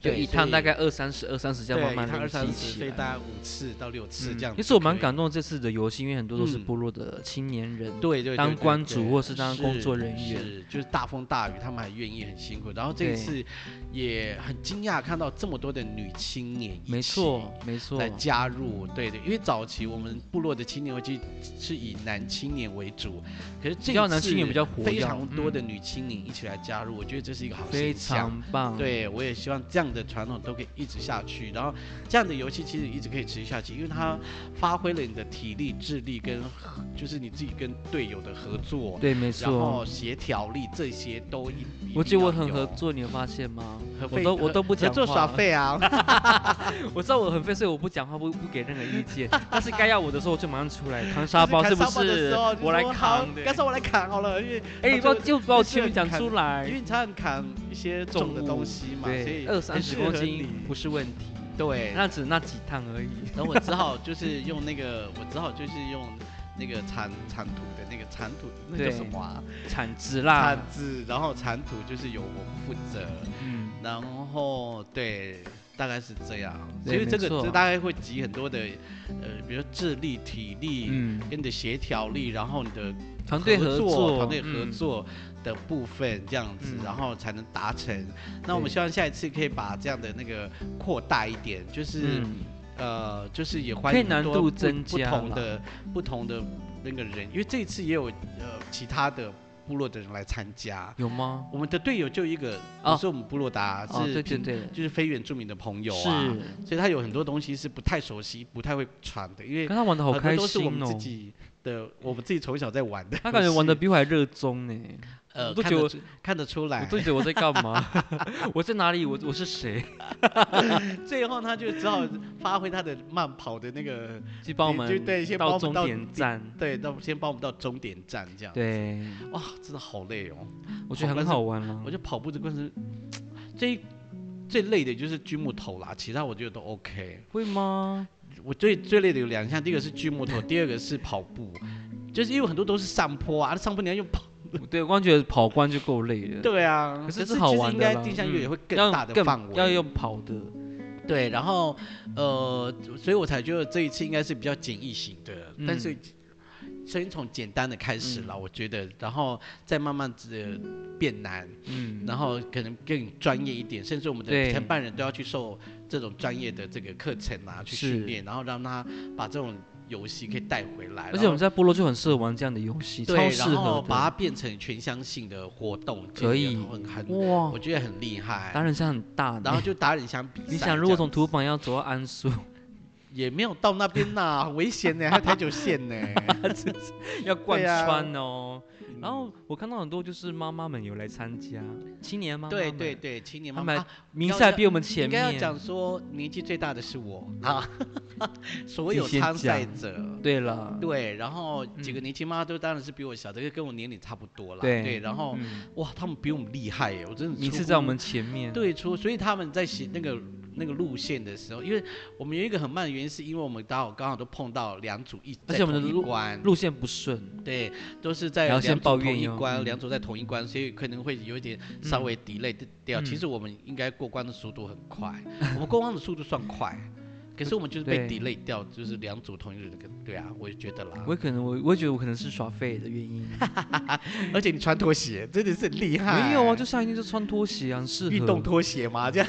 Speaker 2: 就
Speaker 1: 对
Speaker 2: 一
Speaker 1: 所
Speaker 2: 趟大
Speaker 1: 以
Speaker 2: 概二三十，二三十这样
Speaker 1: 对，
Speaker 2: 慢
Speaker 1: 一
Speaker 2: 慢
Speaker 1: 趟
Speaker 2: 累
Speaker 1: 二三
Speaker 2: 积
Speaker 1: 十，
Speaker 2: 起
Speaker 1: 所以
Speaker 2: 来。嗯
Speaker 1: 大概五次到六次这样子。
Speaker 2: 其实我蛮感，动这次的游戏，因为很多都是
Speaker 1: 嗯
Speaker 2: 部落的青年人，
Speaker 1: 对对，对
Speaker 2: 当
Speaker 1: 对
Speaker 2: 关
Speaker 1: 对
Speaker 2: 主或是当工作人员
Speaker 1: 是就是大风大雨，他们还愿意很辛苦。然后这一
Speaker 2: 对
Speaker 1: 次也很惊讶看到这么多的女青年，
Speaker 2: 没错，没错
Speaker 1: 来，加
Speaker 2: 嗯
Speaker 1: 入，对对，因为早期我们部落的青年游戏是以男青年为主，可是这
Speaker 2: 比较男青年比较活跃嗯
Speaker 1: 非常多的女青年一起来加入，我觉得这是一个好
Speaker 2: 非
Speaker 1: 现象。
Speaker 2: 常棒，
Speaker 1: 对，我也希望这样样的传统都可以一直下去，然后这样的游戏其实一直可以持续下去，因为它发挥了你的体力、智力跟合就是你自己跟队友的合作，
Speaker 2: 对，没
Speaker 1: 然后
Speaker 2: 错。
Speaker 1: 协调力这些都一。一
Speaker 2: 嗯我觉
Speaker 1: 定
Speaker 2: 得我
Speaker 1: 要
Speaker 2: 很
Speaker 1: 有
Speaker 2: 合，作，你有发现吗
Speaker 1: 合？
Speaker 2: 我
Speaker 1: 费
Speaker 2: 都我
Speaker 1: 合
Speaker 2: 都不
Speaker 1: 合
Speaker 2: 讲
Speaker 1: 作耍
Speaker 2: 话，
Speaker 1: 废啊。
Speaker 2: 我知道我很废，所以我不讲话，不不给任何意 见。但是该要我的时候，我就马上出来扛沙包，
Speaker 1: 就是是
Speaker 2: 不
Speaker 1: 看沙包的
Speaker 2: 是
Speaker 1: 时候就？
Speaker 2: 我来
Speaker 1: 说好
Speaker 2: 扛的。
Speaker 1: 干脆我来扛好了，因为
Speaker 2: 哎，
Speaker 1: 我就
Speaker 2: 把就把我
Speaker 1: 就
Speaker 2: 前面讲
Speaker 1: 扛
Speaker 2: 出来
Speaker 1: 因。为你常常扛一些重的东西嘛，所以
Speaker 2: 对，二三
Speaker 1: 很
Speaker 2: 十
Speaker 1: 适合
Speaker 2: 公斤
Speaker 1: 你
Speaker 2: 不是问题，
Speaker 1: 对。
Speaker 2: 那只那几趟而已。
Speaker 1: 然后我只好就是用那个，我只好就是用那个铲铲土的那个铲土，那叫
Speaker 2: 对
Speaker 1: 什么啊？
Speaker 2: 产值
Speaker 1: 铲
Speaker 2: 啦，
Speaker 1: 子，然后铲土就是由我负责，
Speaker 2: 嗯，
Speaker 1: 然后对，大概是这样。所
Speaker 2: 对
Speaker 1: 以这个
Speaker 2: 没错
Speaker 1: 这大概会集很多的，呃，比如说智力、体力。
Speaker 2: 嗯，
Speaker 1: 跟你的协调力，然后你的
Speaker 2: 团队合
Speaker 1: 作、
Speaker 2: 作，
Speaker 1: 团队合
Speaker 2: 嗯，
Speaker 1: 作的部分这样子，
Speaker 2: 嗯
Speaker 1: 然后才能达成。那我们
Speaker 2: 对
Speaker 1: 希望下一次可以把这样的那个扩大一点，就是、
Speaker 2: 嗯，
Speaker 1: 呃，就是也欢
Speaker 2: 可以
Speaker 1: 迎很
Speaker 2: 难
Speaker 1: 多
Speaker 2: 度
Speaker 1: 不
Speaker 2: 增
Speaker 1: 不
Speaker 2: 加
Speaker 1: 同
Speaker 2: 啦
Speaker 1: 的不同的那个人，因为这一次也有呃其他的部落的人来参加。
Speaker 2: 有吗？
Speaker 1: 我们的队友就一个，
Speaker 2: 哦
Speaker 1: 不是我们部落的、啊，
Speaker 2: 哦，
Speaker 1: 是
Speaker 2: 对对
Speaker 1: 平
Speaker 2: 对，
Speaker 1: 就是非原住民的朋友啊，
Speaker 2: 是，
Speaker 1: 所以他有很多东西是不太熟悉、不太会传的，因为
Speaker 2: 跟他玩的好
Speaker 1: 很多
Speaker 2: 开
Speaker 1: 都是我
Speaker 2: 心
Speaker 1: 们自
Speaker 2: 哦，
Speaker 1: 己的，我们自己从小在玩的游戏。
Speaker 2: 他感觉玩的比我还热衷呢，
Speaker 1: 呃，
Speaker 2: 我都
Speaker 1: 看
Speaker 2: 觉
Speaker 1: 得
Speaker 2: 得
Speaker 1: 出看得出
Speaker 2: 我
Speaker 1: 来。
Speaker 2: 都觉得我在干嘛， 我在哪里，我我是谁，
Speaker 1: 最后他就只好发挥他的慢跑的那个，
Speaker 2: 去帮我
Speaker 1: 你就
Speaker 2: 们
Speaker 1: 对先帮
Speaker 2: 到
Speaker 1: 我们
Speaker 2: 终
Speaker 1: 到
Speaker 2: 点
Speaker 1: 地
Speaker 2: 站，
Speaker 1: 对，到先帮我们到终点站这样。，
Speaker 2: 对，
Speaker 1: 哇，真的好累哦！
Speaker 2: 我觉得
Speaker 1: 但
Speaker 2: 很
Speaker 1: 是
Speaker 2: 好玩啊
Speaker 1: 我觉，得跑步这个是最最累的就是锯木头啦，其他我觉得都 OK。
Speaker 2: 会吗？
Speaker 1: 我最最累的有两项，第一个是锯木头，第二个是跑步，就是因为很多都是上坡啊，上坡你要用跑。
Speaker 2: 对，我光觉得跑关就够累了，
Speaker 1: 对啊，
Speaker 2: 可
Speaker 1: 可
Speaker 2: 是是好
Speaker 1: 其实
Speaker 2: 玩
Speaker 1: 应
Speaker 2: 的
Speaker 1: 该
Speaker 2: 啦
Speaker 1: 定向越野
Speaker 2: 嗯
Speaker 1: 会
Speaker 2: 要
Speaker 1: 更大的
Speaker 2: 更
Speaker 1: 范围，
Speaker 2: 要用跑的，
Speaker 1: 对，然后呃，所以我才觉得这一次应该是比较简易型的，
Speaker 2: 嗯
Speaker 1: 但是先从简单的开始了，我觉得，然后再慢慢的变难，
Speaker 2: 嗯，
Speaker 1: 然后可能更专业一点，甚至我们的
Speaker 2: 对
Speaker 1: 承办人都要去受这种专业的这个课程啊，去
Speaker 2: 是
Speaker 1: 训练，然后让他把这种游戏可以带回来，
Speaker 2: 而
Speaker 1: 然
Speaker 2: 且我
Speaker 1: 后
Speaker 2: 们在部落就很适合玩这样的游戏，超
Speaker 1: 对，
Speaker 2: 适
Speaker 1: 然后
Speaker 2: 合
Speaker 1: 把它
Speaker 2: 的，
Speaker 1: 变成全乡性的活动，
Speaker 2: 可以
Speaker 1: 然后很很，
Speaker 2: 哇
Speaker 1: 我，觉得很厉害，
Speaker 2: 达人像很大呢，
Speaker 1: 然后就达人相比赛这样子，
Speaker 2: 你想，如果从土榜要走到安 苏，
Speaker 1: 也没有到那边 呐，很危险呢，还有台九 线呢。
Speaker 2: 要贯
Speaker 1: 对啊嗯
Speaker 2: 穿哦。然后我看到很多就是妈妈们有来参加，青年妈妈
Speaker 1: 对
Speaker 2: 们
Speaker 1: 对，对，青年妈
Speaker 2: 他
Speaker 1: 妈
Speaker 2: 们
Speaker 1: 啊
Speaker 2: 名次还比我们前
Speaker 1: 应该要
Speaker 2: 面。
Speaker 1: 讲说年纪最大的是我 啊，所
Speaker 2: 你
Speaker 1: 有
Speaker 2: 先
Speaker 1: 参赛
Speaker 2: 讲
Speaker 1: 者。
Speaker 2: 对了，
Speaker 1: 对，然后几个
Speaker 2: 嗯
Speaker 1: 年轻妈妈都当然是比我小，这个跟我年龄差不多啦。
Speaker 2: 对
Speaker 1: 然后
Speaker 2: 嗯，
Speaker 1: 哇，他们比我们厉害耶，我真的
Speaker 2: 名
Speaker 1: 出
Speaker 2: 次
Speaker 1: 乎
Speaker 2: 在我们前面。
Speaker 1: 对出，所以他们在写那个那个路线的时候，因为我们有一个很慢的原因，是因为我们刚好刚好都碰到两组一，
Speaker 2: 而
Speaker 1: 在
Speaker 2: 且我们的
Speaker 1: 同一
Speaker 2: 路
Speaker 1: 关
Speaker 2: 路线不顺，
Speaker 1: 对，都是在
Speaker 2: 然后
Speaker 1: 两
Speaker 2: 先
Speaker 1: 组
Speaker 2: 抱
Speaker 1: 同
Speaker 2: 怨
Speaker 1: 一
Speaker 2: 哟
Speaker 1: 关，
Speaker 2: 嗯
Speaker 1: 两组在同一关，所以可能会有一点稍
Speaker 2: 嗯
Speaker 1: 微 delay 掉。其
Speaker 2: 嗯
Speaker 1: 实我们应该过关的速度很快，我们过关的速度算快，可是我们就是被
Speaker 2: 对
Speaker 1: delay 掉，就是两组同一人的，对啊，我也觉得啦。
Speaker 2: 我也可能我我也觉得我可能是耍废的 原因。
Speaker 1: 而且你穿拖鞋真的是很厉害，
Speaker 2: 没有啊，就上一天就穿拖鞋啊，很适合
Speaker 1: 运动拖鞋嘛，这样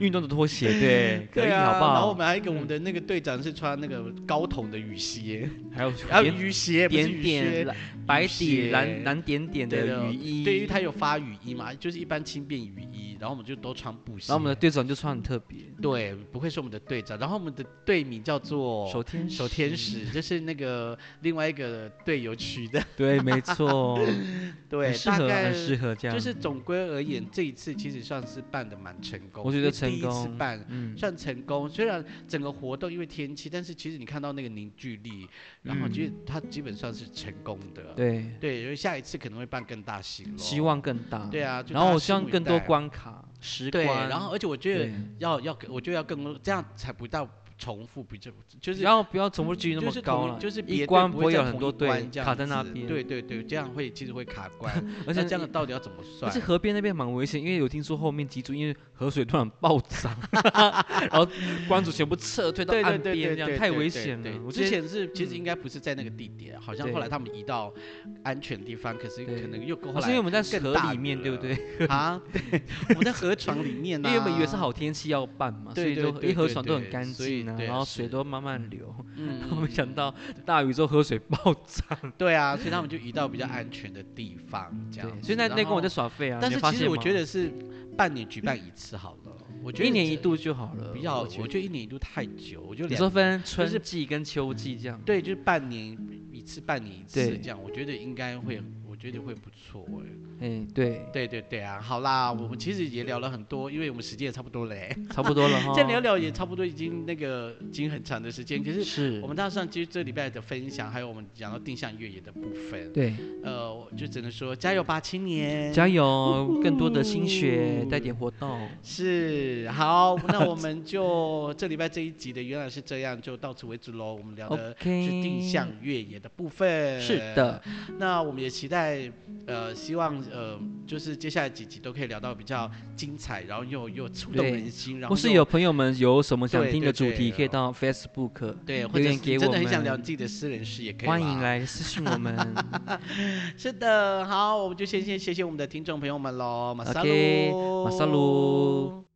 Speaker 2: 运动的 拖鞋， 对，可以
Speaker 1: 对啊
Speaker 2: 好不
Speaker 1: 然后我
Speaker 2: 好？
Speaker 1: 们还跟我们
Speaker 2: 嗯
Speaker 1: 的那个队长是穿那个高筒的雨鞋，
Speaker 2: 还有
Speaker 1: 还有
Speaker 2: 嗯点
Speaker 1: 雨鞋，不是
Speaker 2: 点
Speaker 1: 雨靴
Speaker 2: 点。蓝白底
Speaker 1: 鞋
Speaker 2: 蓝蓝点点
Speaker 1: 对
Speaker 2: 的雨衣，
Speaker 1: 对，因为他有发雨衣嘛，就是一般轻便雨衣，然后我们就都穿布鞋。
Speaker 2: 然后我们的队长就穿很特别，
Speaker 1: 对，不愧是我们的队长。然后我们的队名叫做
Speaker 2: 手天
Speaker 1: 手天 使，就是那个另外一个队友取 的。
Speaker 2: 对，没错，
Speaker 1: 对
Speaker 2: 很，适
Speaker 1: 大
Speaker 2: 合，
Speaker 1: 概
Speaker 2: 很适合这样，
Speaker 1: 就是总归而言，这一次其实算是办的蛮成功。
Speaker 2: 我觉
Speaker 1: 因为
Speaker 2: 得成
Speaker 1: 第一次
Speaker 2: 功，
Speaker 1: 办
Speaker 2: 嗯，
Speaker 1: 算成功，虽然整个活动因为天气，但是其实你看到那个凝聚力，然后
Speaker 2: 嗯
Speaker 1: 其实它基本上是成功的。
Speaker 2: 对，
Speaker 1: 对，因为下一次可能会办更大型咯。
Speaker 2: 希。望更大，
Speaker 1: 哦对，啊，就
Speaker 2: 然
Speaker 1: 大
Speaker 2: 后
Speaker 1: 家
Speaker 2: 我
Speaker 1: 拭
Speaker 2: 希望
Speaker 1: 目以
Speaker 2: 更多
Speaker 1: 待。
Speaker 2: 关卡，十
Speaker 1: 对，
Speaker 2: 关，
Speaker 1: 然后而且我觉得
Speaker 2: 对，
Speaker 1: 要要，我就要更多这样才不到重复，比较就是
Speaker 2: 然后不要重复几率那
Speaker 1: 就
Speaker 2: 么
Speaker 1: 是
Speaker 2: 高
Speaker 1: 同
Speaker 2: 了，
Speaker 1: 就是别
Speaker 2: 一
Speaker 1: 队
Speaker 2: 关
Speaker 1: 不
Speaker 2: 会
Speaker 1: 会
Speaker 2: 有
Speaker 1: 在
Speaker 2: 很
Speaker 1: 同
Speaker 2: 多
Speaker 1: 一关
Speaker 2: 队
Speaker 1: 这样
Speaker 2: 卡在那
Speaker 1: 子
Speaker 2: 边，
Speaker 1: 对，对对，这样会其实会卡关，
Speaker 2: 而
Speaker 1: 那
Speaker 2: 且
Speaker 1: 这样到底要怎么
Speaker 2: 而
Speaker 1: 算
Speaker 2: 且？河边那边蛮危险，因为有听说后面几组因为河水突然暴涨， 然后关主全部撤退到
Speaker 1: 对对
Speaker 2: 岸
Speaker 1: 对
Speaker 2: 边，
Speaker 1: 对
Speaker 2: 这
Speaker 1: 对
Speaker 2: 样太
Speaker 1: 对
Speaker 2: 危
Speaker 1: 对
Speaker 2: 险
Speaker 1: 对
Speaker 2: 了。我
Speaker 1: 之
Speaker 2: 之前
Speaker 1: 前是其实
Speaker 2: 嗯
Speaker 1: 应该不是在那个地点，好像
Speaker 2: 对
Speaker 1: 后来他们移到安全地方，可是
Speaker 2: 对
Speaker 1: 可能又跟后
Speaker 2: 好像因
Speaker 1: 来
Speaker 2: 为我们在
Speaker 1: 更
Speaker 2: 河
Speaker 1: 大
Speaker 2: 里面，
Speaker 1: 的
Speaker 2: 对不对？
Speaker 1: 啊， 对，我们在河床里面啊
Speaker 2: 因
Speaker 1: 呢，
Speaker 2: 为原本以为是，好天气要办嘛，所
Speaker 1: 对
Speaker 2: 以
Speaker 1: 对
Speaker 2: 就
Speaker 1: 对
Speaker 2: 一河
Speaker 1: 对
Speaker 2: 床都
Speaker 1: 对
Speaker 2: 很干
Speaker 1: 所以
Speaker 2: 净啊，
Speaker 1: 对
Speaker 2: 然后水
Speaker 1: 是
Speaker 2: 都慢慢流。
Speaker 1: 嗯，
Speaker 2: 我没
Speaker 1: 嗯
Speaker 2: 想，到大宇宙河水暴涨，
Speaker 1: 嗯对啊，所以他们就移到比较安全的地方，这
Speaker 2: 对
Speaker 1: 样子。
Speaker 2: 所以那那
Speaker 1: 然
Speaker 2: 跟我
Speaker 1: 后
Speaker 2: 在耍废啊。
Speaker 1: 但
Speaker 2: 你
Speaker 1: 是
Speaker 2: 发
Speaker 1: 其实
Speaker 2: 现
Speaker 1: 我
Speaker 2: 吗
Speaker 1: 觉得是半年举办一次好了，我觉得
Speaker 2: 一年
Speaker 1: 这
Speaker 2: 一度就好了。
Speaker 1: 不要，我
Speaker 2: 觉
Speaker 1: 觉
Speaker 2: 得
Speaker 1: 得一年一度太久，我就
Speaker 2: 你
Speaker 1: 两
Speaker 2: 说分
Speaker 1: 就
Speaker 2: 春
Speaker 1: 是
Speaker 2: 季跟秋季这样，
Speaker 1: 对，就是半年一次，半年一次
Speaker 2: 对
Speaker 1: 这样，我觉得应该会，我觉得会不错哎。
Speaker 2: 哎，对，
Speaker 1: 对对对啊，好啦，我们其实也聊了很多，因为我们时间也差不多嘞，
Speaker 2: 差不多 了哈。
Speaker 1: 再聊聊也差不多已经那个已经很长的时间，可是。
Speaker 2: 是
Speaker 1: 我，们大致上其实这礼拜的分享，还有我们讲到定向越野的部分，
Speaker 2: 对，
Speaker 1: 呃，我就只能说加油吧，青年！
Speaker 2: 加油，更多的心血，带
Speaker 1: 呜
Speaker 2: 点活 动。
Speaker 1: 是好，那我们就这礼拜这一集的原来是这样，就到此为止喽。我们聊的
Speaker 2: OK，
Speaker 1: 是定向越野的部分。
Speaker 2: 是的，，
Speaker 1: 那我们也期待，呃，希望呃，就是接下来几集都可以聊到比较精彩，然后又又触动
Speaker 2: 对
Speaker 1: 人心，然后
Speaker 2: 或是
Speaker 1: 又
Speaker 2: 有朋友们有什么想
Speaker 1: 对
Speaker 2: 听
Speaker 1: 对
Speaker 2: 的主
Speaker 1: 对
Speaker 2: 题，可以
Speaker 1: 哦
Speaker 2: 到 Facebook，
Speaker 1: 对，或
Speaker 2: 留
Speaker 1: 者
Speaker 2: 言
Speaker 1: 是
Speaker 2: 给
Speaker 1: 你真
Speaker 2: 我
Speaker 1: 的很想
Speaker 2: 们
Speaker 1: 聊自己的私人事，也可以
Speaker 2: 欢迎
Speaker 1: 啦。
Speaker 2: 来私信我们。
Speaker 1: 是的，好，我们就先先谢谢我们的听众朋友们喽，马萨
Speaker 2: OK，
Speaker 1: 鲁，
Speaker 2: 马萨鲁。